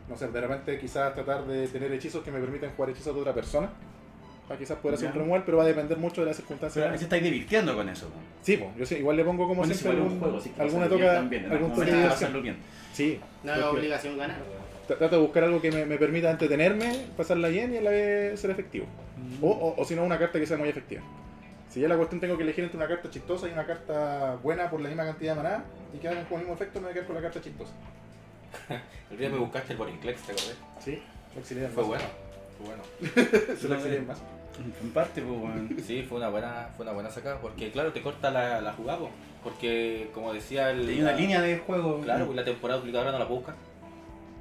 Speaker 2: No sé, de repente quizás tratar de tener hechizos que me permitan jugar hechizos de otra persona. Para quizás poder hacer
Speaker 1: Ya.
Speaker 2: un removal, pero va a depender mucho de las circunstancias.
Speaker 1: Pero se estáis divirtiendo con eso. po.
Speaker 2: Sí, po, yo sé, igual le pongo como
Speaker 1: Bueno, es
Speaker 2: siempre
Speaker 1: igual
Speaker 2: algún,
Speaker 1: un juego, así que
Speaker 2: alguna
Speaker 1: pasarlo
Speaker 2: toca,
Speaker 1: bien también, en
Speaker 2: algún
Speaker 1: algún momento
Speaker 2: toque de
Speaker 3: de
Speaker 2: diversión.
Speaker 1: pasarlo bien.
Speaker 2: Sí,
Speaker 3: No es
Speaker 2: porque
Speaker 3: obligación ganar.
Speaker 2: tra- trato de buscar algo que me, me permita entretenerme, pasarla bien y a la vez ser efectivo. O, o- o si no, una carta que sea muy efectiva. Si ya la cuestión tengo que elegir entre una carta chistosa y una carta buena por la misma cantidad de maná y que hagan con el mismo efecto, me voy a quedar con la carta chistosa.
Speaker 4: El día me buscaste el Borinclex, ¿te acordás?
Speaker 2: Sí, lo exilié en
Speaker 4: Fue
Speaker 2: más.
Speaker 4: bueno, fue bueno.
Speaker 2: Se lo exilié en más.
Speaker 1: En parte, pues, weón.
Speaker 4: Sí, fue una buena, fue una buena sacada, porque claro, te corta la, la jugada, po. porque como decía el...
Speaker 1: Tenía una
Speaker 4: la-
Speaker 1: línea de juego.
Speaker 4: Claro, pues la temporada duplicadora no la puedo buscar.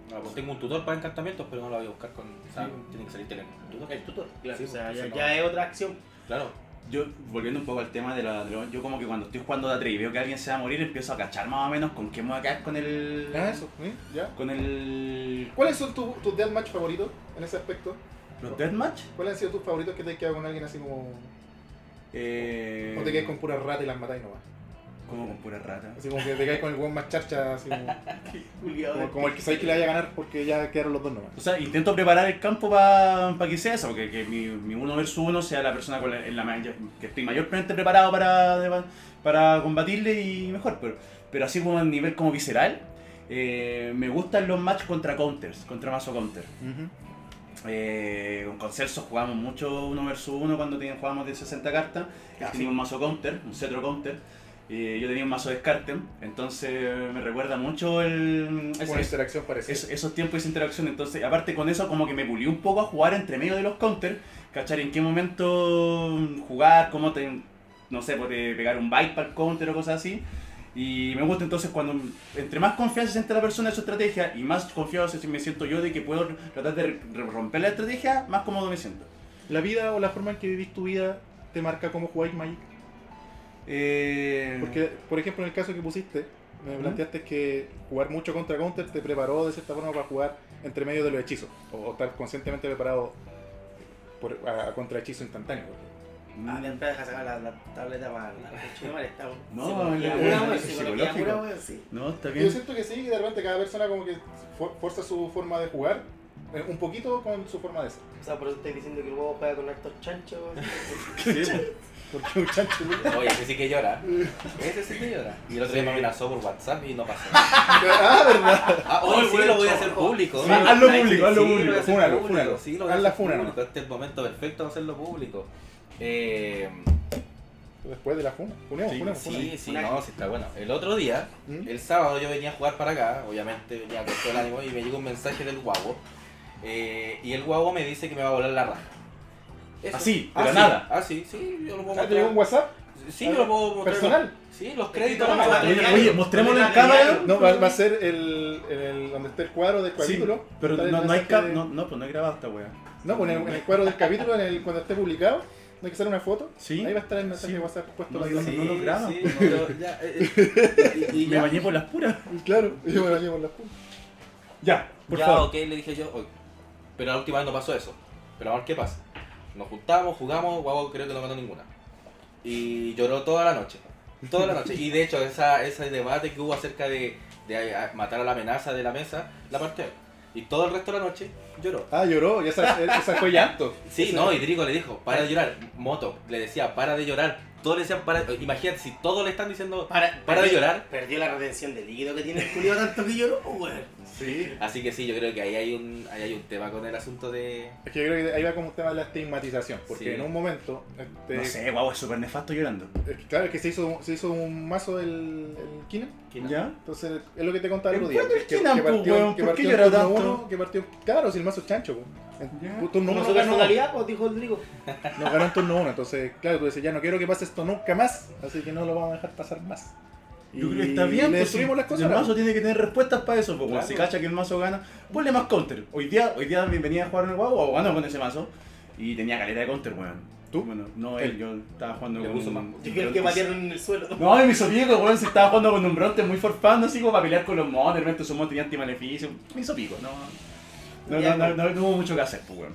Speaker 4: No la puedo- Tengo un tutor para encantamientos, pero no la voy a buscar con... o sea, tiene que salir tener un tutor.
Speaker 3: El tutor, claro.
Speaker 4: Sí,
Speaker 3: o sea,
Speaker 4: porque
Speaker 3: ya,
Speaker 4: si no-
Speaker 3: ya es otra acción.
Speaker 4: Claro,
Speaker 1: Yo, volviendo un poco al tema de la. de lo- yo, como que cuando estoy jugando de 3 y veo que alguien se va a morir, empiezo a cachar más o menos con quién me voy a quedar con el.
Speaker 2: Ah, eso, ¿sí? ¿ya?
Speaker 1: Con el.
Speaker 2: ¿Cuáles son tu- tus deathmatch favoritos en ese aspecto?
Speaker 1: ¿Los Deathmatch?
Speaker 2: ¿Cuáles han sido tus favoritos que te has quedado con alguien así como...
Speaker 1: Eh.
Speaker 2: O te quedas con pura rata y las matáis nomás.
Speaker 1: Como con pura rata.
Speaker 2: Así como que te caes con el buen más charcha, así como,
Speaker 3: Culiado.
Speaker 2: como- como el que sabéis que le vaya a ganar porque ya quedaron los dos nomás.
Speaker 1: O sea, intento preparar el campo para que sea eso, que, que mi, mi uno versus uno sea la persona con la, en la mayor- que estoy mayormente preparado para, de- para combatirle y mejor, pero, pero así como a nivel como visceral, eh, me gustan los match contra counters, contra mazo counter. Eh, con Concelso jugamos mucho uno versus uno cuando teníamos, jugábamos de 60 cartas. Él tenía un mazo counter, un cetro counter. Y yo tenía un mazo descarte. Entonces me recuerda mucho el, ese-
Speaker 2: Una interacción parecida.
Speaker 1: es- esos tiempos de interacción. Entonces, aparte con eso, como que me pulió un poco a jugar entre medio de los counters. Cachar en qué momento mm, jugar, cómo te, no sé, pues, de pegar un bite para el counter o cosas así. Y me gusta entonces cuando, entre más confianza siente la persona en su estrategia y más confiado se- me siento yo de que puedo tratar de re- romper la estrategia, más cómodo me siento.
Speaker 2: La vida o la forma en que vivís tu vida te marca cómo jugáis Magic.
Speaker 1: Eh,
Speaker 2: Porque, por ejemplo, en el caso que pusiste, me
Speaker 1: Ujú.
Speaker 2: planteaste que jugar mucho contra Counter te preparó de cierta forma para jugar entre medio de los hechizos. O, o estar conscientemente preparado por, a, a contra hechizo instantáneo.
Speaker 3: Ah, de entrada deja sacar la, la tableta para la coche de mal estado.
Speaker 1: No,
Speaker 3: Psicología
Speaker 1: la-
Speaker 3: pura,
Speaker 1: la-
Speaker 3: weón,
Speaker 1: eso es
Speaker 3: psicología
Speaker 1: psicológico.
Speaker 3: pura, weón, sí.
Speaker 1: No, está
Speaker 2: Yo
Speaker 1: bien.
Speaker 2: siento que sí, que de repente cada persona como que for- forza su forma de jugar eh, un poquito con su forma de ser.
Speaker 3: O sea, por eso estoy diciendo que el huevo juega con actos chanchos.
Speaker 2: Porque un chancho...
Speaker 4: oye, ese sí que llora. Ese sí que llora. Y el otro día me amenazó por WhatsApp y no pasó. ah, ¿verdad? Ah, hoy sí lo voy a hacer público.
Speaker 1: Sí, hazlo público, hazlo
Speaker 4: Sí, lo voy a
Speaker 1: público.
Speaker 4: hacer
Speaker 2: Fúnalo,
Speaker 4: público,
Speaker 2: fúnalo.
Speaker 4: Sí, lo voy a
Speaker 2: Haz la
Speaker 4: hacer
Speaker 2: fúnalo.
Speaker 4: público. Este es el momento perfecto de hacerlo público. Eh,
Speaker 2: Después de la funa. Funemos,
Speaker 1: Sí,
Speaker 2: funemos, funemos.
Speaker 4: sí, sí, no, sí está bueno. El otro día,
Speaker 2: ¿Mm?
Speaker 4: el sábado yo venía a jugar para acá, obviamente venía con todo el ánimo y me llegó un mensaje del guabo. eh, y el guabo me dice que me va a volar la raja. Eso.
Speaker 1: Así, de la
Speaker 4: sí,
Speaker 1: nada.
Speaker 4: Así, sí, yo lo puedo
Speaker 2: Ah, ¿Te llegó un
Speaker 4: mostrar.
Speaker 2: WhatsApp?
Speaker 4: Sí, yo lo puedo mostrar.
Speaker 2: ¿Personal?
Speaker 4: Sí, los créditos.
Speaker 3: Oye,
Speaker 4: los-
Speaker 1: Oye, oye, mostrémoslo en cámara.
Speaker 2: No, va, va a ser el, el- donde esté el cuadro del
Speaker 1: Sí,
Speaker 2: capítulo.
Speaker 1: pero
Speaker 2: Está el
Speaker 1: no, no hay
Speaker 2: mensaje
Speaker 1: cap-
Speaker 2: de-
Speaker 1: no, no, pues no he grabado esta wea.
Speaker 2: No, pues en el, en el cuadro del capítulo, en el, cuando esté publicado, no hay que hacer una foto.
Speaker 1: Sí.
Speaker 2: Ahí va a estar el mensaje
Speaker 1: Sí.
Speaker 2: de WhatsApp puesto.
Speaker 1: No,
Speaker 2: ahí.
Speaker 1: yo no- lo graba.
Speaker 4: Sí, pero ya, eh, eh, y, y
Speaker 1: Y me
Speaker 4: ya,
Speaker 1: bañé por las puras.
Speaker 2: Claro, yo me lo llevo en las puntas.
Speaker 1: Ya, por
Speaker 4: ya,
Speaker 1: favor.
Speaker 4: ok, le dije yo. ok. Pero la última vez no pasó eso. Pero ahora, ¿qué pasa? Nos juntamos, jugamos, guau, creo que no ganó ninguna. Y lloró toda la noche. Toda la noche. Y de hecho, esa, ese debate que hubo acerca de, de eh, a- matar a la amenaza de la mesa, la partió. él. Y todo el resto de la noche lloró.
Speaker 2: Ah, lloró, ya esa, esa fue llanto.
Speaker 4: Sí, no, y Drigo le dijo, para de llorar. Moto le decía, para de llorar. Todos le decían, para. Imagínate, si todos le están diciendo,
Speaker 3: Para,
Speaker 4: para de llorar.
Speaker 3: Perdió la retención de líquido que tiene el culiado tanto que lloró, weón.
Speaker 2: Sí.
Speaker 4: Así que sí, yo creo que ahí hay un, ahí hay un tema con el asunto de...
Speaker 2: Es que yo creo que ahí va como un tema de la estigmatización, porque
Speaker 4: Sí.
Speaker 2: en un momento, este,
Speaker 1: No sé, guau, es súper nefasto llorando.
Speaker 2: es que, claro, es que se hizo, se hizo un mazo del el Kina,
Speaker 1: ¿Ya?
Speaker 2: entonces es lo que te contaba el otro
Speaker 1: ¿En
Speaker 2: día.
Speaker 1: cuál del
Speaker 2: que,
Speaker 1: Kina,
Speaker 2: que
Speaker 1: po, weón? ¿Por qué
Speaker 2: partió en
Speaker 1: llora
Speaker 2: turno
Speaker 1: tanto?
Speaker 2: uno, que partió, claro, si el mazo es chancho, pues. po. En
Speaker 1: Ya.
Speaker 2: turno
Speaker 3: ¿Como
Speaker 2: uno
Speaker 3: su
Speaker 2: ganó.
Speaker 3: personalidad? Pues dijo el Drigo.
Speaker 2: Nos ganó en turno uno, entonces, claro, tú dices, ya no quiero que pase esto nunca más, así que no lo vamos a dejar pasar más.
Speaker 1: Yo
Speaker 2: Y
Speaker 1: creo que está bien.
Speaker 2: Le
Speaker 1: pues,
Speaker 2: destruimos
Speaker 1: si
Speaker 2: las cosas.
Speaker 1: El
Speaker 2: ¿no?
Speaker 1: mazo tiene que tener respuestas para eso. Porque
Speaker 2: Claro.
Speaker 1: si cacha que el mazo gana, ponle más counter. Hoy día, hoy día me venía a jugar en el guau, ganó con ese mazo. Y tenía caleta de counter, weón.
Speaker 2: ¿Tú?
Speaker 1: Bueno, no
Speaker 2: Él.
Speaker 1: él, yo estaba jugando
Speaker 4: Le
Speaker 1: con
Speaker 4: puso
Speaker 1: un.
Speaker 4: más.
Speaker 3: Yo creo que batieron en el suelo.
Speaker 1: No, y me hizo pico, weón. Se estaba jugando con un bronte muy forfando, así como para pelear con los mods. De repente su mod tenía antimaleficio. Me hizo pico, no. No,
Speaker 3: Ya,
Speaker 1: no, no, no, no hubo mucho que hacer, pues, weón.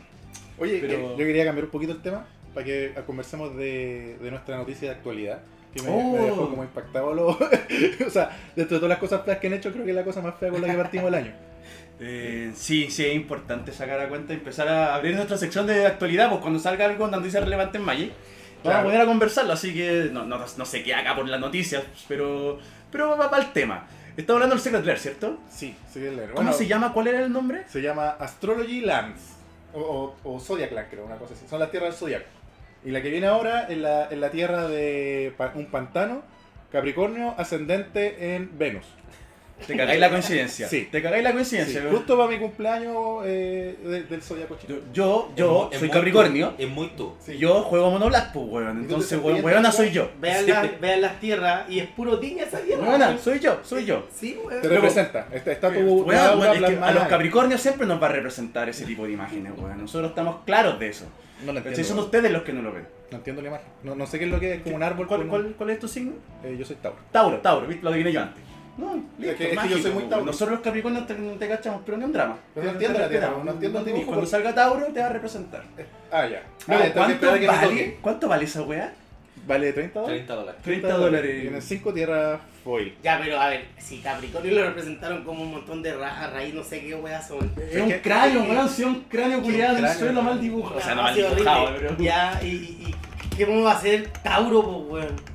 Speaker 2: Oye,
Speaker 1: Pero-
Speaker 2: que- yo quería cambiar un poquito el tema. para que conversemos de, de nuestra noticia de actualidad. Que me,
Speaker 5: Oh.
Speaker 2: me dejó como impactado. Lo, o sea, dentro de todas las cosas feas que han hecho, creo que es la cosa más fea con la que partimos el año.
Speaker 5: Eh, sí, sí, es importante sacar a cuenta y empezar a abrir nuestra sección de actualidad, pues cuando salga algo, una noticia relevante en Magic, vamos a
Speaker 2: Claro.
Speaker 5: poder a conversarlo, así que no, no, no sé qué haga por las noticias, pero, pero va para el tema. Estamos hablando del Secret Lair, ¿cierto?
Speaker 2: Sí, sí, que leer.
Speaker 5: ¿Cómo se llama? ¿Cuál era el nombre?
Speaker 2: Se llama Astrology Lands. O, o, o Zodiac Land, creo, una cosa así. Son las tierras del Zodiac. Y la que viene ahora es la, es la tierra de pa- un pantano, Capricornio, ascendente en Venus.
Speaker 5: Te cagáis la coincidencia.
Speaker 2: Sí.
Speaker 5: Te cagáis la
Speaker 2: Sí,
Speaker 5: coincidencia. weón.
Speaker 2: justo para mi cumpleaños eh, de- del Zodiaco chino.
Speaker 5: Yo, yo, yo
Speaker 4: Es muy- es
Speaker 5: soy
Speaker 4: muy
Speaker 5: Capricornio.
Speaker 4: tú, Es muy tú.
Speaker 2: Sí.
Speaker 5: y Yo juego Mono Black, pues, weón. Entonces,
Speaker 2: Entonces,
Speaker 5: weón, weona
Speaker 2: ¿te
Speaker 5: soy yo.
Speaker 3: Vean,
Speaker 4: Sí.
Speaker 3: las- vean las tierras y es puro tiña esa tierra.
Speaker 5: Weona, soy yo, soy yo.
Speaker 3: Sí,
Speaker 2: Te
Speaker 3: weón.
Speaker 5: Pero-
Speaker 2: representa. Está, está tu
Speaker 5: Weón,
Speaker 2: aura
Speaker 5: weón, es que
Speaker 2: plasmada
Speaker 5: a los
Speaker 2: ahí.
Speaker 5: Capricornios siempre nos va a representar ese tipo de imágenes, weón. Nosotros estamos claros de eso.
Speaker 1: No lo
Speaker 5: Pero
Speaker 1: entiendo.
Speaker 5: si son
Speaker 1: weón.
Speaker 5: ustedes los que no lo ven.
Speaker 2: No entiendo la imagen. No, no sé qué es lo que es, como un árbol.
Speaker 5: ¿Cuál,
Speaker 2: con-
Speaker 5: cuál, cuál es tu signo?
Speaker 2: eh, yo soy Tauro.
Speaker 5: Tauro, Tauro, ¿viste? lo adiviné yo antes. No, listo,
Speaker 2: es que yo
Speaker 5: mágico,
Speaker 2: soy muy
Speaker 5: weón.
Speaker 2: Tauro.
Speaker 5: Nosotros los Capricornios te, te cachamos, pero ni un drama.
Speaker 2: Pero no entiendo la tierra,
Speaker 5: Te- te-
Speaker 2: no entiendo el
Speaker 5: te-
Speaker 2: dibujo,
Speaker 5: Cuando
Speaker 2: porque-
Speaker 5: salga Tauro te va a representar.
Speaker 2: Ah, ya.
Speaker 5: Ah,
Speaker 2: Vale, tengo que
Speaker 5: ¿cuánto,
Speaker 2: esperar a que me
Speaker 5: vale,
Speaker 2: toque.
Speaker 5: Eh, ¿Cuánto vale esa weá?
Speaker 2: Vale 30 dólares.
Speaker 4: 30 dólares.
Speaker 5: 30
Speaker 2: Tiene
Speaker 5: dólares.
Speaker 2: 5 tierras foil.
Speaker 3: Ya, pero a ver, si Capricornio lo representaron como un montón de rajas, raíz, no sé qué weas son.
Speaker 5: Es un cráneo, weón, si es un cráneo culiado en el
Speaker 2: cráneo.
Speaker 5: suelo mal dibujado. O sea, no mal
Speaker 3: Ah, sido
Speaker 5: dibujado,
Speaker 3: horrible.
Speaker 5: pero.
Speaker 3: Ya, y, y, y ¿qué cómo va a ser Tauro, pues, weón?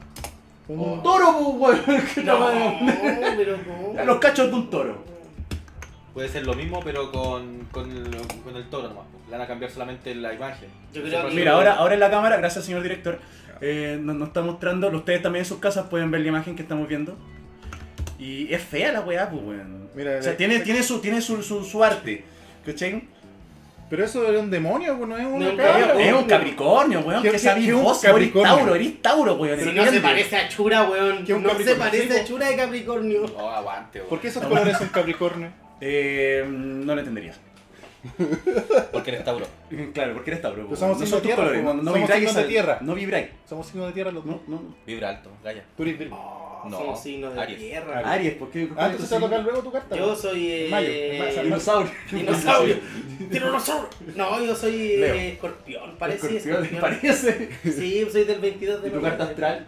Speaker 2: Oh.
Speaker 5: Un toro, pues, weón. que
Speaker 3: No,
Speaker 5: no-
Speaker 3: pero ¿cómo?
Speaker 5: A Los cachos de un toro.
Speaker 4: Puede ser lo mismo, pero con, con, el, con el toro nomás. po. Le van a cambiar solamente la imagen.
Speaker 3: Yo creo
Speaker 4: Siempre
Speaker 3: que-
Speaker 5: Mira, ahora, ahora en la cámara, gracias señor director, eh, nos, nos está mostrando, ustedes también en sus casas pueden ver la imagen que estamos viendo. Y es fea la weá, pues weón.
Speaker 2: Mira,
Speaker 5: o sea,
Speaker 2: la-
Speaker 5: tiene, tiene, su, tiene su, su, su arte. ¿Cachai?
Speaker 2: Pero eso era un demonio, pues, no es una
Speaker 3: No,
Speaker 2: cabra.
Speaker 3: weón.
Speaker 5: Es un
Speaker 2: pues.
Speaker 5: Capricornio, weón.
Speaker 2: ¿Qué-
Speaker 5: Que
Speaker 2: qué-
Speaker 5: sabéis
Speaker 2: qué un
Speaker 5: vos, weón, eres
Speaker 2: Capricornio?
Speaker 5: Tauro, eres Tauro, weón.
Speaker 3: Pero no
Speaker 5: entiende.
Speaker 3: se parece a Chura, weón.
Speaker 2: Que un
Speaker 3: No se
Speaker 2: Capricornio,
Speaker 3: parece
Speaker 2: sí,
Speaker 3: a Chura de Capricornio.
Speaker 4: Oh, aguante, weón.
Speaker 2: ¿Por qué esos colores son Capricornio?
Speaker 5: Eh, no lo entenderías.
Speaker 4: Porque eres Tauro.
Speaker 5: Claro, porque eres Tauro.
Speaker 2: Pero
Speaker 5: weón.
Speaker 2: somos
Speaker 5: no
Speaker 2: signos de
Speaker 5: son tus
Speaker 2: tierra,
Speaker 5: colores, no,
Speaker 2: weón.
Speaker 5: no
Speaker 2: Somos
Speaker 5: vibráis.
Speaker 2: signos de
Speaker 5: esa-
Speaker 2: tierra.
Speaker 5: No vibráis.
Speaker 2: Somos signos de tierra los dos.
Speaker 5: No, no.
Speaker 4: Vibra alto, Gaya.
Speaker 2: Tú eres Virgo.
Speaker 4: No,
Speaker 3: Son signos de
Speaker 4: Aries.
Speaker 3: tierra.
Speaker 5: Aries, ¿por qué?
Speaker 2: Ah, entonces te va a tocar luego tu carta. pues.
Speaker 3: Yo
Speaker 2: weón.
Speaker 3: soy. Eh,
Speaker 2: Mayo, en marzo, en marzo.
Speaker 5: Dinosaurio.
Speaker 3: Dinosaurio. Tiranosaurio. No, yo soy eh,
Speaker 5: Leo.
Speaker 3: escorpión, parece.
Speaker 5: Escorpión,
Speaker 3: escorpión.
Speaker 5: parece.
Speaker 3: Sí, soy del 22 de
Speaker 5: ¿Y tu
Speaker 3: noviembre.
Speaker 5: carta astral?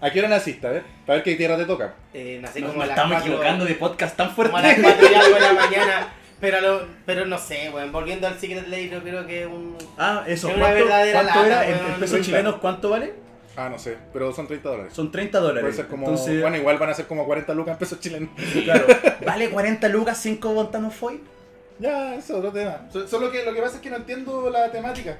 Speaker 2: ¿A qué hora naciste? A ver, para ver qué tierra te toca.
Speaker 3: Eh, nací
Speaker 5: Nos,
Speaker 3: como
Speaker 5: nos
Speaker 3: a las
Speaker 5: estamos
Speaker 3: cuatro-
Speaker 5: equivocando de podcast tan
Speaker 3: Como a las
Speaker 5: fuerte.
Speaker 3: 4 y algo de la mañana. Pero, lo- pero no sé, weón. Volviendo al Secret Lair, yo creo que es un.
Speaker 5: Ah, eso.
Speaker 3: Es una
Speaker 5: ¿Cuánto,
Speaker 3: verdadera
Speaker 5: cuánto
Speaker 3: lata,
Speaker 5: era? En,
Speaker 3: weón.
Speaker 5: en pesos chilenos, ¿cuánto vale?
Speaker 2: Ah, no sé, pero son 30 dólares.
Speaker 5: Son 30 dólares.
Speaker 2: Puede ser como,
Speaker 5: Entonces,
Speaker 2: bueno, igual van a ser como 40 lucas en pesos chilenos.
Speaker 5: claro, ¿vale 40 lucas 5 bontanos foil?
Speaker 2: Ya, eso es otro tema. So- Solo que lo que pasa es que no entiendo la temática.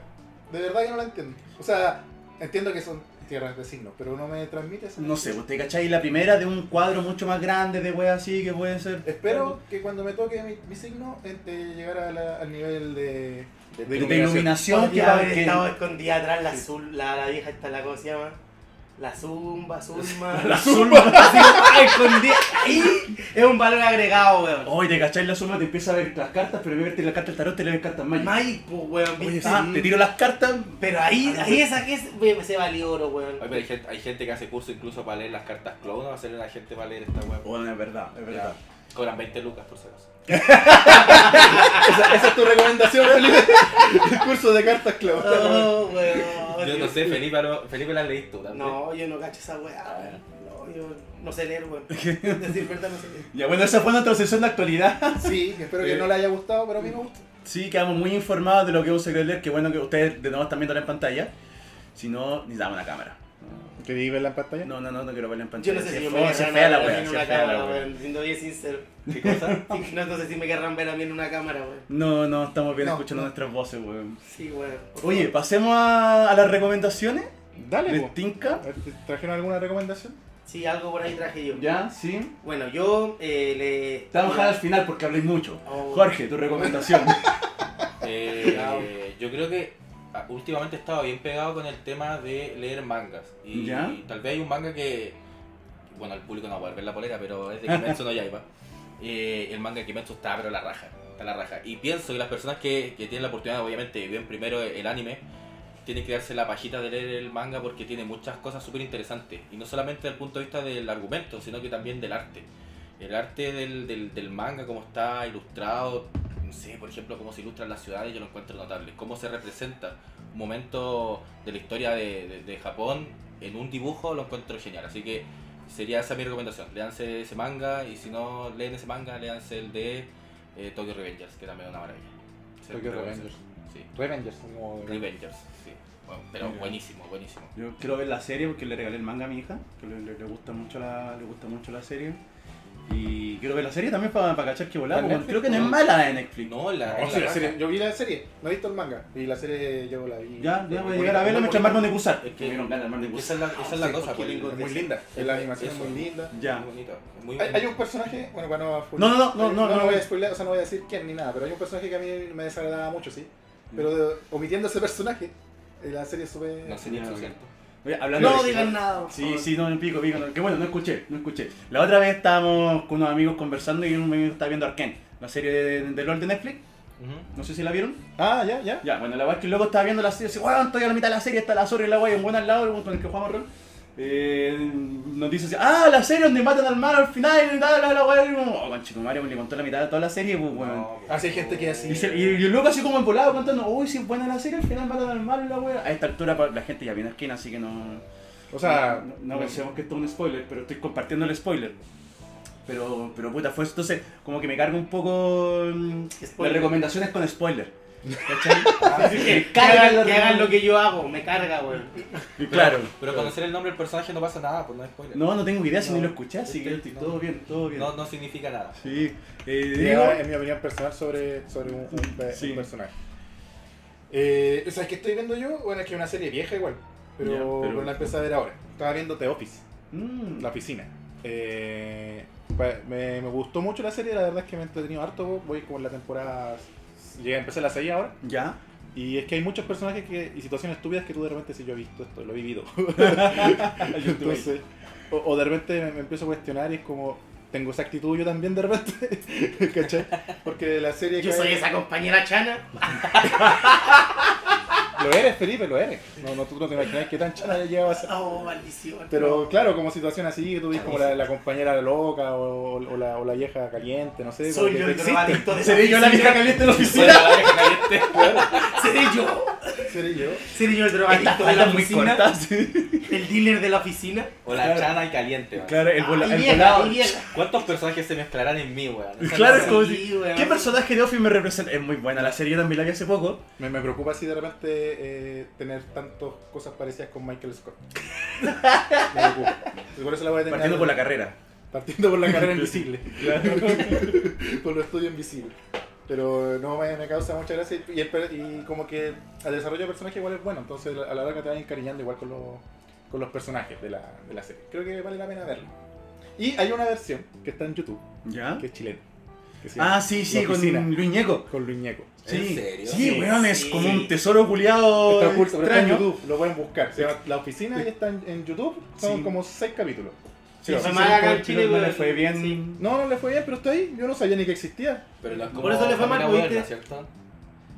Speaker 2: De verdad que no la entiendo. O sea, entiendo que son tierras de signos, pero no me transmite eso.
Speaker 5: No sé, ¿vos te cacháis la primera de un cuadro mucho más grande de wea así que puede ser?
Speaker 2: Espero que cuando me toque mi, mi signo, este, llegar a la- al nivel de, de,
Speaker 5: De iluminación que
Speaker 3: Podría
Speaker 5: va
Speaker 3: haber
Speaker 5: que-
Speaker 3: estado escondida atrás la azul, la, la vieja esta, la cómo se llama. La zumba, zulma.
Speaker 5: La suma.
Speaker 3: Así, ah, escondida. Ahí es un valor agregado, weón.
Speaker 5: Hoy te cacháis la suma, te empieza a ver las cartas, pero en vez de verte la carta del tarot, te le ven cartas más.
Speaker 3: Mike, pues, weón, ¿viste?
Speaker 5: Ah, te tiro las cartas.
Speaker 3: Pero ahí, ahí esa que es, weón, se valió oro,
Speaker 4: Oye, pero
Speaker 3: weón.
Speaker 4: hay gente, hay gente que hace curso incluso para leer las cartas clown, va a ser la gente para leer esta web.
Speaker 5: Bueno, es verdad, es verdad.
Speaker 4: Cobran 20 lucas por si acaso.
Speaker 2: Esa, esa es tu recomendación, Felipe. El curso de cartas, Clau.
Speaker 3: Oh, weón.
Speaker 4: Yo no sé, Felipe, lo- Felipe la leí tú también.
Speaker 3: No, yo no cacho esa weá. weón. No, yo no sé leer, weón. Decir verdad, no sé leer.
Speaker 5: Ya bueno, esa fue nuestra sesión de actualidad.
Speaker 2: Ah, Sí, que espero que no le haya gustado, pero a mí me gusta.
Speaker 5: Sí, quedamos muy informados de lo que es un Secret Lair, que bueno que ustedes de nuevo están viendo en pantalla. Si no, ni damos una cámara.
Speaker 2: ¿Que vive la pantalla?
Speaker 5: No, no, no, no quiero verla en
Speaker 3: Yo
Speaker 5: pantalla. Oh,
Speaker 3: no sé
Speaker 5: Si
Speaker 3: si yo
Speaker 5: es fea,
Speaker 3: me
Speaker 5: si es
Speaker 3: querrán
Speaker 5: fea
Speaker 3: ver
Speaker 5: la
Speaker 3: a mí
Speaker 5: wea,
Speaker 3: en
Speaker 5: si es
Speaker 3: una
Speaker 5: fea la
Speaker 3: cámara,
Speaker 5: wea.
Speaker 3: weón. Siendo bien sincero.
Speaker 4: ¿Qué cosa?
Speaker 3: Sí, No, no sé si me querrán ver a mí en una cámara, weón.
Speaker 5: No, no, estamos bien
Speaker 2: No,
Speaker 5: escuchando
Speaker 2: no.
Speaker 5: nuestras voces, weón.
Speaker 3: Sí, weón.
Speaker 5: Oye, pasemos a, a las recomendaciones.
Speaker 2: Dale,
Speaker 5: ¿Les
Speaker 2: po.
Speaker 5: tinca?
Speaker 2: ¿Te ¿Trajeron alguna recomendación?
Speaker 3: Sí, algo por ahí traje yo.
Speaker 5: Ya, sí.
Speaker 3: Bueno, yo eh, le.
Speaker 5: Te vamos a dejar al final porque habléis mucho.
Speaker 3: Oh.
Speaker 5: Jorge, tu recomendación.
Speaker 4: Eh, yo creo que ah, últimamente he estado bien pegado con el tema de leer mangas. Y,
Speaker 5: ¿Ya?
Speaker 4: y tal vez hay un manga que, bueno, al público no va a poder ver la polera, pero es de Kimetsu no Yaiba. Eh, el manga de Kimetsu está, pero la raja, está la raja. Y pienso que las personas que, que tienen la oportunidad, obviamente, ven primero el anime, tienen que darse la pajita de leer el manga porque tiene muchas cosas súper interesantes. Y no solamente desde el punto de vista del argumento, sino que también del arte. El arte del, del, del manga, cómo está ilustrado, no sé, por ejemplo, cómo se ilustran las ciudades, yo lo encuentro notable. Cómo se representa momento de la historia de, de- de Japón en un dibujo lo encuentro genial. Así que sería esa mi recomendación. Leanse ese manga y si no leen ese manga, leanse el de eh, Tokyo Revengers, que también es una maravilla. Se
Speaker 2: Tokyo
Speaker 4: lo voy a hacer.
Speaker 2: Revengers.
Speaker 4: Sí.
Speaker 2: Revengers, como.
Speaker 4: Revengers, sí. Bueno, pero
Speaker 5: Mira.
Speaker 4: buenísimo, buenísimo.
Speaker 5: Yo quiero ver la serie porque le regalé el manga a mi hija, que le, le- le gusta, mucho la, le gusta mucho la serie. Y quiero ver la serie también para, para cachar que volaba.
Speaker 2: ¿La
Speaker 5: porque
Speaker 2: Netflix?
Speaker 5: Creo que no es mala de Netflix.
Speaker 4: No, la,
Speaker 2: No,
Speaker 4: es
Speaker 2: Oh, sí, Ah, la
Speaker 4: la raja.
Speaker 2: serie- Yo vi la serie, no he visto el manga. Y la serie yo la vi.
Speaker 5: Ya, ya voy
Speaker 2: Muy
Speaker 5: a llegar a
Speaker 2: bonita,
Speaker 5: verla
Speaker 2: muy
Speaker 5: mientras me
Speaker 2: bonita.
Speaker 5: armo de
Speaker 4: Es
Speaker 5: Gusar. Es
Speaker 4: que
Speaker 5: que me dieron ganas de armar de
Speaker 4: Esa
Speaker 5: Gusar.
Speaker 4: es la, esa es la
Speaker 2: Sí,
Speaker 4: cosa,
Speaker 2: porque
Speaker 4: pues,
Speaker 2: es muy linda. La animación es muy linda.
Speaker 5: Ya.
Speaker 4: Muy bonita. Muy
Speaker 2: Hay, hay un personaje, bueno, para no.
Speaker 5: No, no, no, no, no, no.
Speaker 2: voy a spoilear, o sea, no voy a decir quién ni nada, pero hay un personaje que a mí me desagradaba mucho, sí. Pero de- omitiendo ese personaje, eh, la serie es súper.
Speaker 4: No sé ni
Speaker 5: Ya,
Speaker 4: eso,
Speaker 5: ok.
Speaker 4: ¿cierto?
Speaker 5: Oye, hablando
Speaker 3: No
Speaker 5: de-
Speaker 3: digan nada. por
Speaker 5: Sí,
Speaker 3: favor.
Speaker 5: sí, no, pico, pico. no. Que bueno, no escuché, no escuché. La otra vez estábamos con unos amigos conversando y un amigo estaba viendo Arkane, la serie de, de LOL de Netflix. No sé si la vieron.
Speaker 2: Ah, ya, ya.
Speaker 5: Ya, bueno, la weá es que el loco estaba viendo la serie, dice, weón, estoy a la mitad de la serie, está la zorra y la weá, y un buen al lado, el weón con el que jugamos rol. eh, nos dice así, ah, la serie donde matan al malo al final, y tal, la, la weá, y como, oh, conchito, Mario le contó la mitad de toda la serie, pues, weón.
Speaker 2: Así Ah, hay gente que así.
Speaker 5: Y, se- y- y el loco así como empolado contando, uy, si es buena la serie, al final matan al malo, la weá. A esta altura pa- la gente ya viene a esquina, así que no...
Speaker 2: O sea,
Speaker 5: no, no pensemos que esto es un spoiler, pero estoy compartiendo el spoiler. Pero, pero puta, fue entonces como que me cargo un poco mm, las
Speaker 3: Spoiler.
Speaker 5: recomendaciones con spoiler. ¿Cachai?
Speaker 3: Así que, que hagan, que hagan lo que yo hago, me carga, weón.
Speaker 5: Y claro.
Speaker 4: Pero conocer el nombre del personaje no pasa nada, pues no es spoiler.
Speaker 5: No, no tengo idea si
Speaker 4: No.
Speaker 5: ni lo escuché, así que yo estoy
Speaker 4: No.
Speaker 5: todo bien, todo bien.
Speaker 4: No, no significa nada.
Speaker 5: Sí. Eh, digo,
Speaker 2: Digo, en mi opinión personal sobre, sobre un, un pe-
Speaker 5: Sí.
Speaker 2: un personaje. Eh, o sea, es que estoy viendo yo, bueno, es que es una serie vieja igual, pero,
Speaker 5: Ya, pero-
Speaker 2: pero la empecé a ver ahora. Estaba viendo The Office.
Speaker 5: mm,
Speaker 2: La oficina. Eh, pa- me, me gustó mucho la serie, la verdad es que me he entretenido harto. Voy como en la temporada. Llegué, empecé la 6 ahora.
Speaker 5: ya.
Speaker 2: Y es que hay muchos personajes que, y situaciones estúpidas que tú de repente si yo he visto esto, lo he vivido. Entonces, o, o de repente me, me empiezo a cuestionar y es como, tengo esa actitud yo también de repente. ¿Cachai? Porque la serie.
Speaker 3: Yo
Speaker 2: cae-
Speaker 3: soy esa compañera chana.
Speaker 2: Lo eres, Felipe, lo eres. No, no, tú no te imaginas qué tan chana llegaba a ser.
Speaker 3: Oh, maldición.
Speaker 2: Pero claro, como situación así, tú ves como la, la compañera loca o, o la, o la vieja caliente, no sé. como
Speaker 3: soy
Speaker 2: que
Speaker 3: yo el
Speaker 2: existe.
Speaker 3: drogadicto de
Speaker 5: Seré yo la vieja caliente de la
Speaker 4: Soy
Speaker 5: oficina.
Speaker 4: la oreja caliente.
Speaker 3: Seré yo.
Speaker 2: Seré yo.
Speaker 3: Seré yo el
Speaker 5: Estas
Speaker 3: drogadicto de la
Speaker 5: faldas muy
Speaker 3: oficina.
Speaker 5: cortas. sí.
Speaker 3: El dealer de la oficina.
Speaker 4: O la chana y caliente, weón.
Speaker 5: Claro, el, vola-
Speaker 3: Ah, Y
Speaker 5: el
Speaker 3: vieja,
Speaker 5: volado.
Speaker 3: y vieja.
Speaker 4: ¿Cuántos personajes se mezclarán en mí, weón? Esa
Speaker 5: Claro,
Speaker 4: es
Speaker 5: es
Speaker 4: la-
Speaker 5: como
Speaker 3: Sí,
Speaker 5: si-
Speaker 3: weón.
Speaker 5: ¿Qué personaje de Office me representa? Es muy buena la serie, yo también la vi hace poco.
Speaker 2: Me, me preocupa así de repente eh, tener tantas cosas parecidas con Michael Scott. Me preocupa. Y Por eso la voy a tener.
Speaker 5: Partiendo por la carrera.
Speaker 2: Partiendo por la carrera invisible.
Speaker 5: Claro.
Speaker 2: por los estudios invisibles. Pero no me, me causa mucha gracia. Y, el per- y como que el desarrollo de personaje igual es bueno. Entonces a la larga te vas encariñando igual con los, con los personajes de la, de la serie. Creo que vale la pena verlo. Y hay una versión que está en YouTube,
Speaker 5: ¿Ya?
Speaker 2: que es chilena. que se llama
Speaker 5: Ah, sí, sí,
Speaker 2: La
Speaker 5: con
Speaker 2: oficina.
Speaker 5: Luis Ñeco.
Speaker 2: Con Luis Ñeco.
Speaker 5: Sí.
Speaker 4: ¿En serio?
Speaker 5: Sí, weón, es
Speaker 3: Sí.
Speaker 5: como un tesoro culiado
Speaker 2: Está oculto, pero está en
Speaker 5: extraño.
Speaker 2: YouTube, lo pueden buscar. Se llama La Oficina y está en, en YouTube. Son
Speaker 5: Sí.
Speaker 2: como seis capítulos.
Speaker 5: Sí,
Speaker 3: Pero
Speaker 5: sí,
Speaker 3: fue
Speaker 5: sí,
Speaker 3: mal acá
Speaker 5: por
Speaker 3: en
Speaker 5: Chile
Speaker 3: Chile,
Speaker 5: no le
Speaker 3: weón.
Speaker 5: fue bien.
Speaker 3: Sí.
Speaker 2: No, no le fue bien, pero está ahí. Yo no sabía ni que existía.
Speaker 4: Pero la-
Speaker 3: Por eso le fue
Speaker 4: como
Speaker 3: mal,
Speaker 4: familia
Speaker 3: ¿viste?
Speaker 4: moderna, ¿cierto?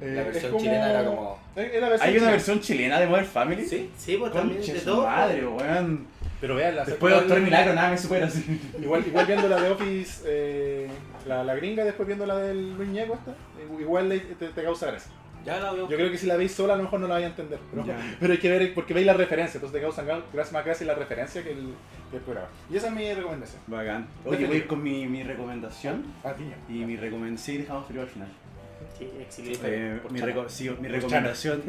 Speaker 4: La versión chilena era como-
Speaker 2: Eh, era versión
Speaker 5: Hay una
Speaker 2: chilena.
Speaker 5: versión chilena de Modern Family.
Speaker 4: Sí.
Speaker 3: Sí, pues también
Speaker 5: Conche
Speaker 3: de
Speaker 5: su
Speaker 3: todo.
Speaker 5: madre, weón.
Speaker 2: Pero veanla.
Speaker 5: Después de Doctor Milagro, nada me supera así.
Speaker 2: Igual, igual viendo la de Office, eh, la, la gringa, después viendo la del Luis Ñeco, esta, eh, igual le- te, te causa gracia.
Speaker 4: Ya la veo.
Speaker 2: Yo creo que si la veis sola, a lo mejor no la vais a entender. Pero,
Speaker 5: Ya.
Speaker 2: pero hay que ver, porque veis la referencia, entonces te causan gra- gracia- más gracia la referencia que el, que el programa. Y esa es mi recomendación.
Speaker 5: Bacán. Oye, voy a ir con mi, mi recomendación.
Speaker 2: Ah, niña.
Speaker 5: Y mi recomendación. Sí, dejamos frío al final.
Speaker 3: Sí, exhibición.
Speaker 5: Eh,
Speaker 4: por
Speaker 5: mi,
Speaker 4: chana.
Speaker 5: reco- sí, mi recomendación.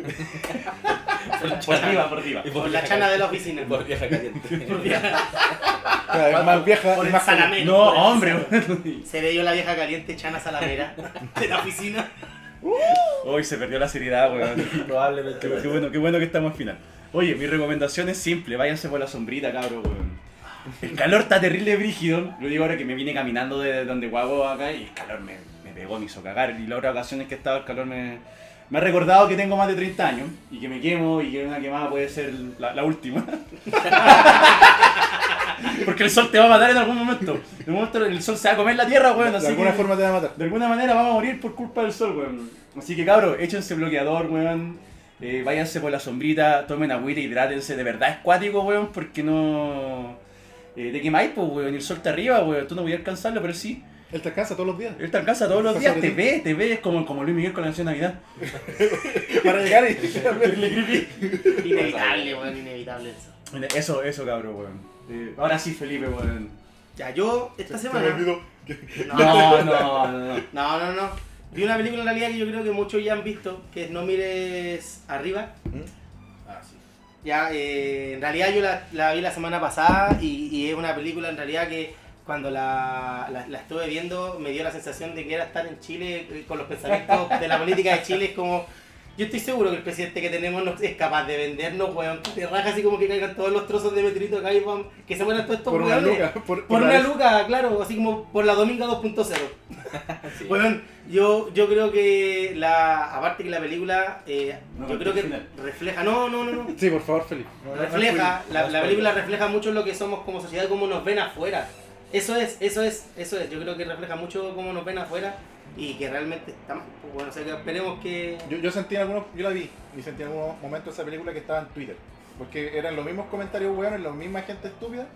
Speaker 4: Por
Speaker 5: por
Speaker 4: chana.
Speaker 5: arriba, por arriba.
Speaker 4: Y
Speaker 3: Por la chana de la oficina.
Speaker 4: Por vieja caliente.
Speaker 3: Por vieja.
Speaker 2: Cada vez más vieja.
Speaker 3: Por
Speaker 2: y
Speaker 3: el
Speaker 2: más joven.
Speaker 3: salamero.
Speaker 5: No,
Speaker 3: por el
Speaker 5: hombre,
Speaker 3: salamero.
Speaker 5: weón.
Speaker 3: Seré yo la vieja caliente chana salamera de la oficina.
Speaker 5: Hoy se perdió la seriedad, weón.
Speaker 4: Probablemente.
Speaker 5: Qué, qué bueno, qué bueno que estamos al final. Oye, mi recomendación es simple, váyanse por la sombrita, cabrón, weón. El calor está terrible brígido. Lo digo ahora que me vine caminando de donde guago acá y el calor me, me pegó, me hizo cagar. Y las otras ocasiones que he estado, el calor me, me ha recordado que tengo más de 30 años y que me quemo y que una quemada puede ser la, la última. Porque el sol te va a matar en algún momento. En algún momento el sol se va a comer la tierra, weón.
Speaker 2: de
Speaker 5: así
Speaker 2: alguna
Speaker 5: que-
Speaker 2: forma te va a matar.
Speaker 5: de alguna manera vamos a morir por culpa del sol, weón. Así que cabros, échense bloqueador, weón. Eh, váyanse por la sombrita, tomen agüita, hidrátense. De verdad es cuático, weón, porque no. Eh, te quemáis, pues, weón. y El sol te arriba, weón. Tú no voy a alcanzarlo, pero sí.
Speaker 2: Él te alcanza todos los días.
Speaker 5: Él te alcanza todos los días, te ve, te ve, es como, como Luis Miguel con la canción de Navidad.
Speaker 2: Para llegar y.
Speaker 3: Inevitable, weón, inevitable eso.
Speaker 5: Mira, Eso, eso cabrón, weón. Eh, ahora sí, Felipe, weón.
Speaker 3: Ya, yo esta
Speaker 2: Se me
Speaker 3: semana.
Speaker 2: olvidó.
Speaker 5: No, Ah, no, no, no.
Speaker 3: No, no, no. Vi una película en realidad que yo creo que muchos ya han visto, que es No mires arriba.
Speaker 2: ¿Mm?
Speaker 4: Ah, sí.
Speaker 3: Ya, eh, en realidad yo la, la vi la semana pasada y, y es una película en realidad que cuando la, la- la estuve viendo me dio la sensación de que era estar en Chile eh, con los pensamientos de la política de Chile. Es como, yo estoy seguro que el presidente que tenemos no es capaz de vendernos, weón, de raja así como que caigan todos los trozos de meteorito acá y vamos- que se mueran todos estos
Speaker 2: Por una
Speaker 3: weones.
Speaker 2: luca. Por, por
Speaker 3: Por
Speaker 2: la-
Speaker 3: una luca, claro, así como por la Dominga 2.0.
Speaker 4: Sí.
Speaker 3: Bueno, yo, yo creo que la. Aparte que la película. eh,
Speaker 5: No,
Speaker 3: yo
Speaker 5: el
Speaker 3: creo que
Speaker 5: final.
Speaker 3: refleja. No, no, no, no.
Speaker 2: Sí, por favor, Felipe.
Speaker 3: Refleja. La, la película refleja mucho lo que somos como sociedad, cómo nos ven afuera. Eso es, eso es, eso es. Yo creo que refleja mucho cómo nos ven afuera y que realmente estamos. pues, Bueno, o sea que esperemos que.
Speaker 2: Yo, yo sentí en algunos, yo la vi y sentí en algunos momentos esa película que estaba en Twitter. Porque eran los mismos comentarios hueones, la misma gente estúpida,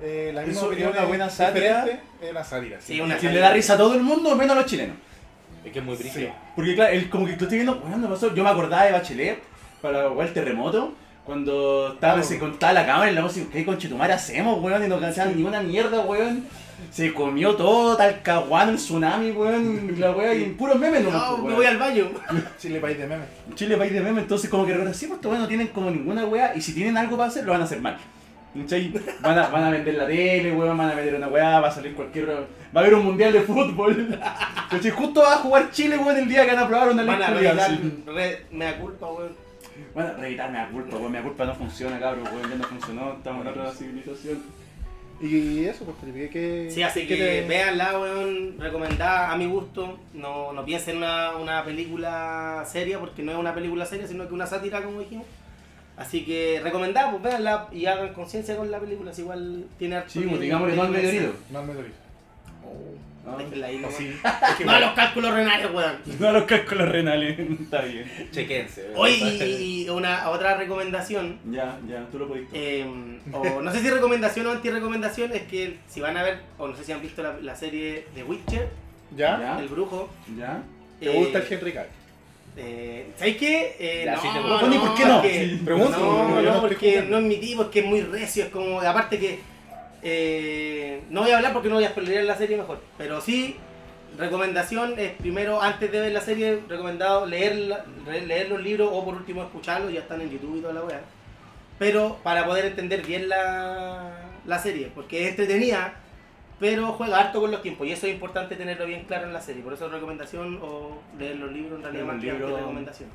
Speaker 2: eh, la misma
Speaker 5: Eso era
Speaker 2: opinión
Speaker 5: una buena sátira.
Speaker 2: Era sátira, sí.
Speaker 3: Sí, una
Speaker 5: Si le da risa a todo el mundo, menos a los chilenos.
Speaker 4: Es que es muy brígido.
Speaker 5: Porque claro, él como que tú estoy viendo, weón, no pasó. Yo me acordaba de Bachelet para weón, el terremoto. Cuando estaba,
Speaker 2: Claro.
Speaker 5: se contaba la cámara y luego decía, ¿qué conchetumare hacemos, weón? Y no cansaban ni una mierda, weón. Se comió todo, talcahuano, el tsunami, weón. y La weón, y puros memes nomás,
Speaker 3: No,
Speaker 5: pues,
Speaker 3: me
Speaker 5: weón.
Speaker 3: voy al baño.
Speaker 2: Chile país de memes.
Speaker 5: Chile país de memes, entonces como que reconocimos, sí, pues, estos weones no tienen como ninguna wea y si tienen algo para hacer, lo van a hacer mal. ¿Cachai? Van a, van a vender la tele, weón, van a vender una weá, va a salir cualquier... Va a haber un mundial de fútbol. ¿Cachai? Justo va a jugar Chile, weón, el día que van a probar una ley
Speaker 3: Van a
Speaker 5: culiao,
Speaker 3: revisar.
Speaker 5: sí.
Speaker 3: re- me da culpa, weón.
Speaker 5: Bueno, reeditar mea culpa, weón, mea culpa no funciona, cabrón, weón, ya no funcionó, estamos en otra civilización.
Speaker 2: Y eso, pues Felipe, que.
Speaker 3: Sí, así que
Speaker 2: que te-
Speaker 3: véanla, weón, recomendada a mi gusto. No, no piensen en una, una película seria, porque no es una película seria, sino que una sátira, como dijimos. Así que recomendada, pues véanla y hagan conciencia con la película, si igual tiene harto
Speaker 5: Sí,
Speaker 3: que-
Speaker 5: pues digámosle
Speaker 3: que
Speaker 5: no al
Speaker 3: conversar.
Speaker 5: meteorito.
Speaker 2: No me dolí.
Speaker 5: No,
Speaker 3: Oh, Déjenla ahí, no,
Speaker 2: Oh, Sí.
Speaker 3: no a los cálculos renales, weón.
Speaker 5: no a los cálculos renales, está bien.
Speaker 4: Chequense.
Speaker 3: Hoy, y, y una otra recomendación,
Speaker 5: Ya, ya, tú lo pudiste.
Speaker 3: eh, o no sé si recomendación o antirecomendación, es que si van a ver, o no sé si han visto la, la serie de Witcher,
Speaker 2: ¿Ya?
Speaker 5: ¿Ya?
Speaker 3: El Brujo.
Speaker 5: ¿Ya?
Speaker 2: ¿Ah? ¿Te
Speaker 3: eh,
Speaker 2: gusta el Henry Cavill?
Speaker 3: Eh, ¿Sabes qué? Eh,
Speaker 4: Ya,
Speaker 3: no,
Speaker 4: sí te
Speaker 3: no,
Speaker 4: puedo-
Speaker 5: Bueno, ¿y por qué no?
Speaker 3: porque-
Speaker 5: Sí,
Speaker 2: pregunto,
Speaker 3: no,
Speaker 2: yo no
Speaker 3: no,
Speaker 2: estoy
Speaker 3: porque
Speaker 2: jugando.
Speaker 3: no es mi tipo, es que es muy recio, es como, aparte que eh, no voy a hablar porque no voy a spoilear la serie mejor, pero sí, recomendación es primero, antes de ver la serie, recomendado leer, la- re- leer los libros o por último escucharlos, ya están en YouTube y toda la weá, pero para poder entender bien la, la serie, porque es entretenida, pero juega harto con los tiempos y eso es importante tenerlo bien claro en la serie, por eso recomendación o leer los libros en realidad
Speaker 5: Leer
Speaker 3: más
Speaker 5: los
Speaker 3: que
Speaker 5: libros.
Speaker 3: antes recomendación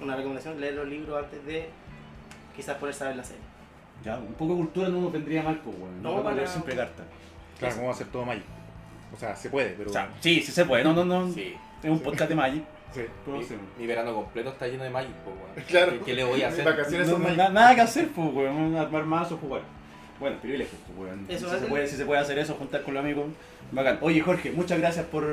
Speaker 3: una recomendación leer los libros antes de quizás ponerse a ver la serie.
Speaker 5: Ya, un poco de cultura no nos vendría mal, pues, weón.
Speaker 3: No,
Speaker 5: No, para
Speaker 3: para-
Speaker 5: leer siempre carta.
Speaker 9: Claro, ¿cómo va a ser todo Magic? O sea, se puede, pero.
Speaker 5: O sea, sí, sí se puede, no, no, no.
Speaker 4: Sí.
Speaker 5: Es un podcast de Magic.
Speaker 9: Sí.
Speaker 5: ¿Cómo
Speaker 4: Mi,
Speaker 5: hacemos?
Speaker 4: mi verano completo está lleno de Magic, po, weón.
Speaker 2: Claro.
Speaker 4: ¿Qué, qué le voy a hacer?
Speaker 2: Mis vacaciones
Speaker 5: No,
Speaker 2: son
Speaker 5: no,
Speaker 2: Magic.
Speaker 5: na- nada que hacer, pues, weón. Armar más o jugar. Bueno, privilegio, pues, weón.
Speaker 3: Eso
Speaker 5: si,
Speaker 3: es
Speaker 5: se
Speaker 3: el-
Speaker 5: puede, si se puede hacer eso, juntar con los amigos, bacán. Oye, Jorge, muchas gracias por,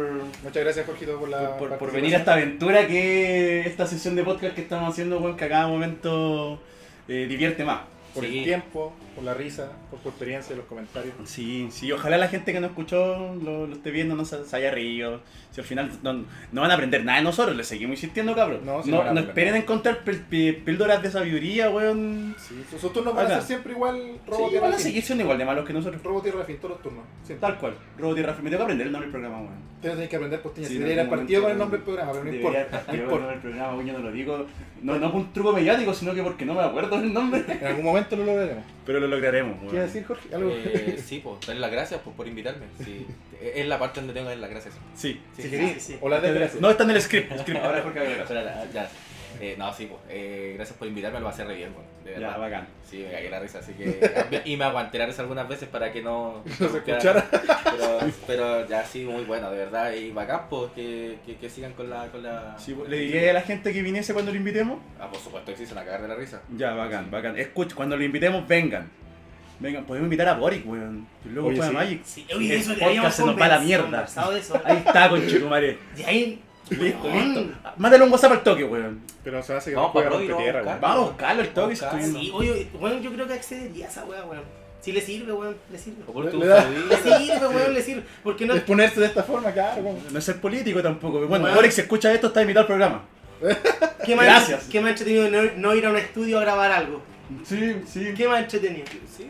Speaker 2: Muchas gracias, Jorgito, por la.
Speaker 5: por, por- por
Speaker 2: participación.
Speaker 5: venir a esta aventura que esta sesión de podcast que estamos haciendo, weón, que a cada momento eh, divierte más.
Speaker 2: Por
Speaker 4: Sí.
Speaker 2: el tiempo, por la risa, por tu experiencia, los comentarios.
Speaker 5: Sí, sí, ojalá la gente que nos escuchó lo, lo esté viendo, no se, se haya reído. Si al final no, no van a aprender nada de nosotros, les seguimos insistiendo, cabrón. No,
Speaker 2: No, sí
Speaker 5: no,
Speaker 2: van a aprender.
Speaker 5: esperen encontrar píl- pí- píldoras de sabiduría, weón.
Speaker 2: Sí, sus sus turnos van
Speaker 5: Acá.
Speaker 2: a ser siempre igual
Speaker 5: Sí,
Speaker 2: robo
Speaker 5: van
Speaker 2: tierra
Speaker 5: a
Speaker 2: fin.
Speaker 5: seguir siendo igual de malos que nosotros.
Speaker 2: Robo tierra fin, todos los turnos. siempre.
Speaker 5: Tal cual, Robo Tierra Firme. Tengo que aprender el nombre del programa, weón.
Speaker 2: Ustedes tienen que aprender postiña.
Speaker 5: Sí,
Speaker 2: Si
Speaker 5: en
Speaker 2: debería ir al
Speaker 5: algún
Speaker 2: partido con el
Speaker 5: momento
Speaker 2: nombre del programa, pero no
Speaker 5: Debería
Speaker 2: importa.
Speaker 5: estar el nombre del programa, weón, yo no lo digo. No, no por un truco mediático, sino que porque no me acuerdo del nombre.
Speaker 2: En algún momento lo lograremos.
Speaker 5: Pero lo lograremos,
Speaker 2: ¿Quieres
Speaker 5: weón.
Speaker 2: decir, Jorge? Algo.
Speaker 4: Eh, sí, pues, darle las gracias po, por invitarme. Sí. Es es la parte donde tengo que darle las gracias.
Speaker 5: Sí.
Speaker 4: Sí.
Speaker 2: si querís.
Speaker 3: sí, sí.
Speaker 2: O las desgracias.
Speaker 5: No está en el script. el script. Ahora Jorge Aguilera.
Speaker 4: Espera, la- ya. Eh, no, sí, pues. eh, gracias por invitarme, lo va a hacer re bien, weón. De
Speaker 5: Ya,
Speaker 4: verdad.
Speaker 5: bacán.
Speaker 4: Sí, me cagué la risa, así que. Y me aguanté la risa algunas veces para que no.
Speaker 2: No se escuchara.
Speaker 4: Pero, pero ya sí, muy bueno, de verdad. Y bacán, pues, que, que, que sigan con la. Con la...
Speaker 5: Sí,
Speaker 1: pues,
Speaker 5: ¿Le diré a la gente que viniese cuando lo invitemos?
Speaker 4: Ah, por supuesto que sí, se van a cagar de la risa.
Speaker 5: Ya, bacán, bacán. Escucha, cuando lo invitemos, vengan. Vengan, podemos invitar a Boric, weón. Y luego
Speaker 2: Oye,
Speaker 5: juega
Speaker 2: sí.
Speaker 5: Magic.
Speaker 3: Sí, oye,
Speaker 5: El
Speaker 3: eso
Speaker 5: podcast
Speaker 3: deberíamos
Speaker 5: se nos va a la
Speaker 3: convers-
Speaker 5: mierda.
Speaker 3: conversado de eso. ¿eh?
Speaker 5: Ahí está, conchetumare.
Speaker 3: Y ahí,
Speaker 5: Listo,
Speaker 3: weón.
Speaker 5: listo. Mándale un WhatsApp al toque, weón.
Speaker 2: Pero se hace que
Speaker 4: Vamos
Speaker 2: juega
Speaker 4: para Brody,
Speaker 2: rompetierra,
Speaker 4: vamos,
Speaker 2: weón.
Speaker 5: Vamos a buscarlo al toque. si
Speaker 4: Vamos a
Speaker 5: estoy
Speaker 4: buscarlo.
Speaker 5: viendo.
Speaker 3: Sí, oye, bueno, yo creo que accedería a esa weá, weón. Si Si le sirve, weón, le sirve.
Speaker 4: O por tu
Speaker 2: Le da-
Speaker 3: Le
Speaker 4: sabiduría.
Speaker 3: sirve, weón, le sirve. Porque no.
Speaker 2: Es ponerse de esta forma, claro. como-
Speaker 1: No es ser político tampoco. Bueno,
Speaker 3: Bueno.
Speaker 1: Alex, si escucha esto, está invitado al programa.
Speaker 3: ¿Qué más,
Speaker 1: Gracias.
Speaker 3: ¿Qué más entretenido no, no ir a un estudio a grabar algo?
Speaker 1: Sí, sí.
Speaker 3: ¿Qué más entretenido? Sí,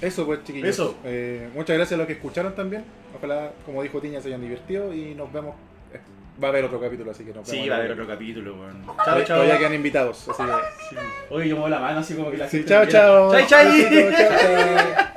Speaker 2: Eso pues, chiquillos.
Speaker 1: Eso.
Speaker 2: Eh, muchas gracias a los que escucharon también. Ojalá, como dijo Tiña, se hayan divertido y nos vemos. Eh, Va a haber otro capítulo, así que nos vemos.
Speaker 1: Sí, va a haber otro capítulo, weón. Chao,
Speaker 2: Todavía-
Speaker 1: chao.
Speaker 2: Todavía quedan invitados, así que...
Speaker 1: Sí. Oye, yo muevo la mano así como que la
Speaker 2: Sí,
Speaker 1: gente
Speaker 2: chao,
Speaker 1: me quiere. Chai,
Speaker 2: chao.
Speaker 1: chai.
Speaker 2: Besitos, chao, chao.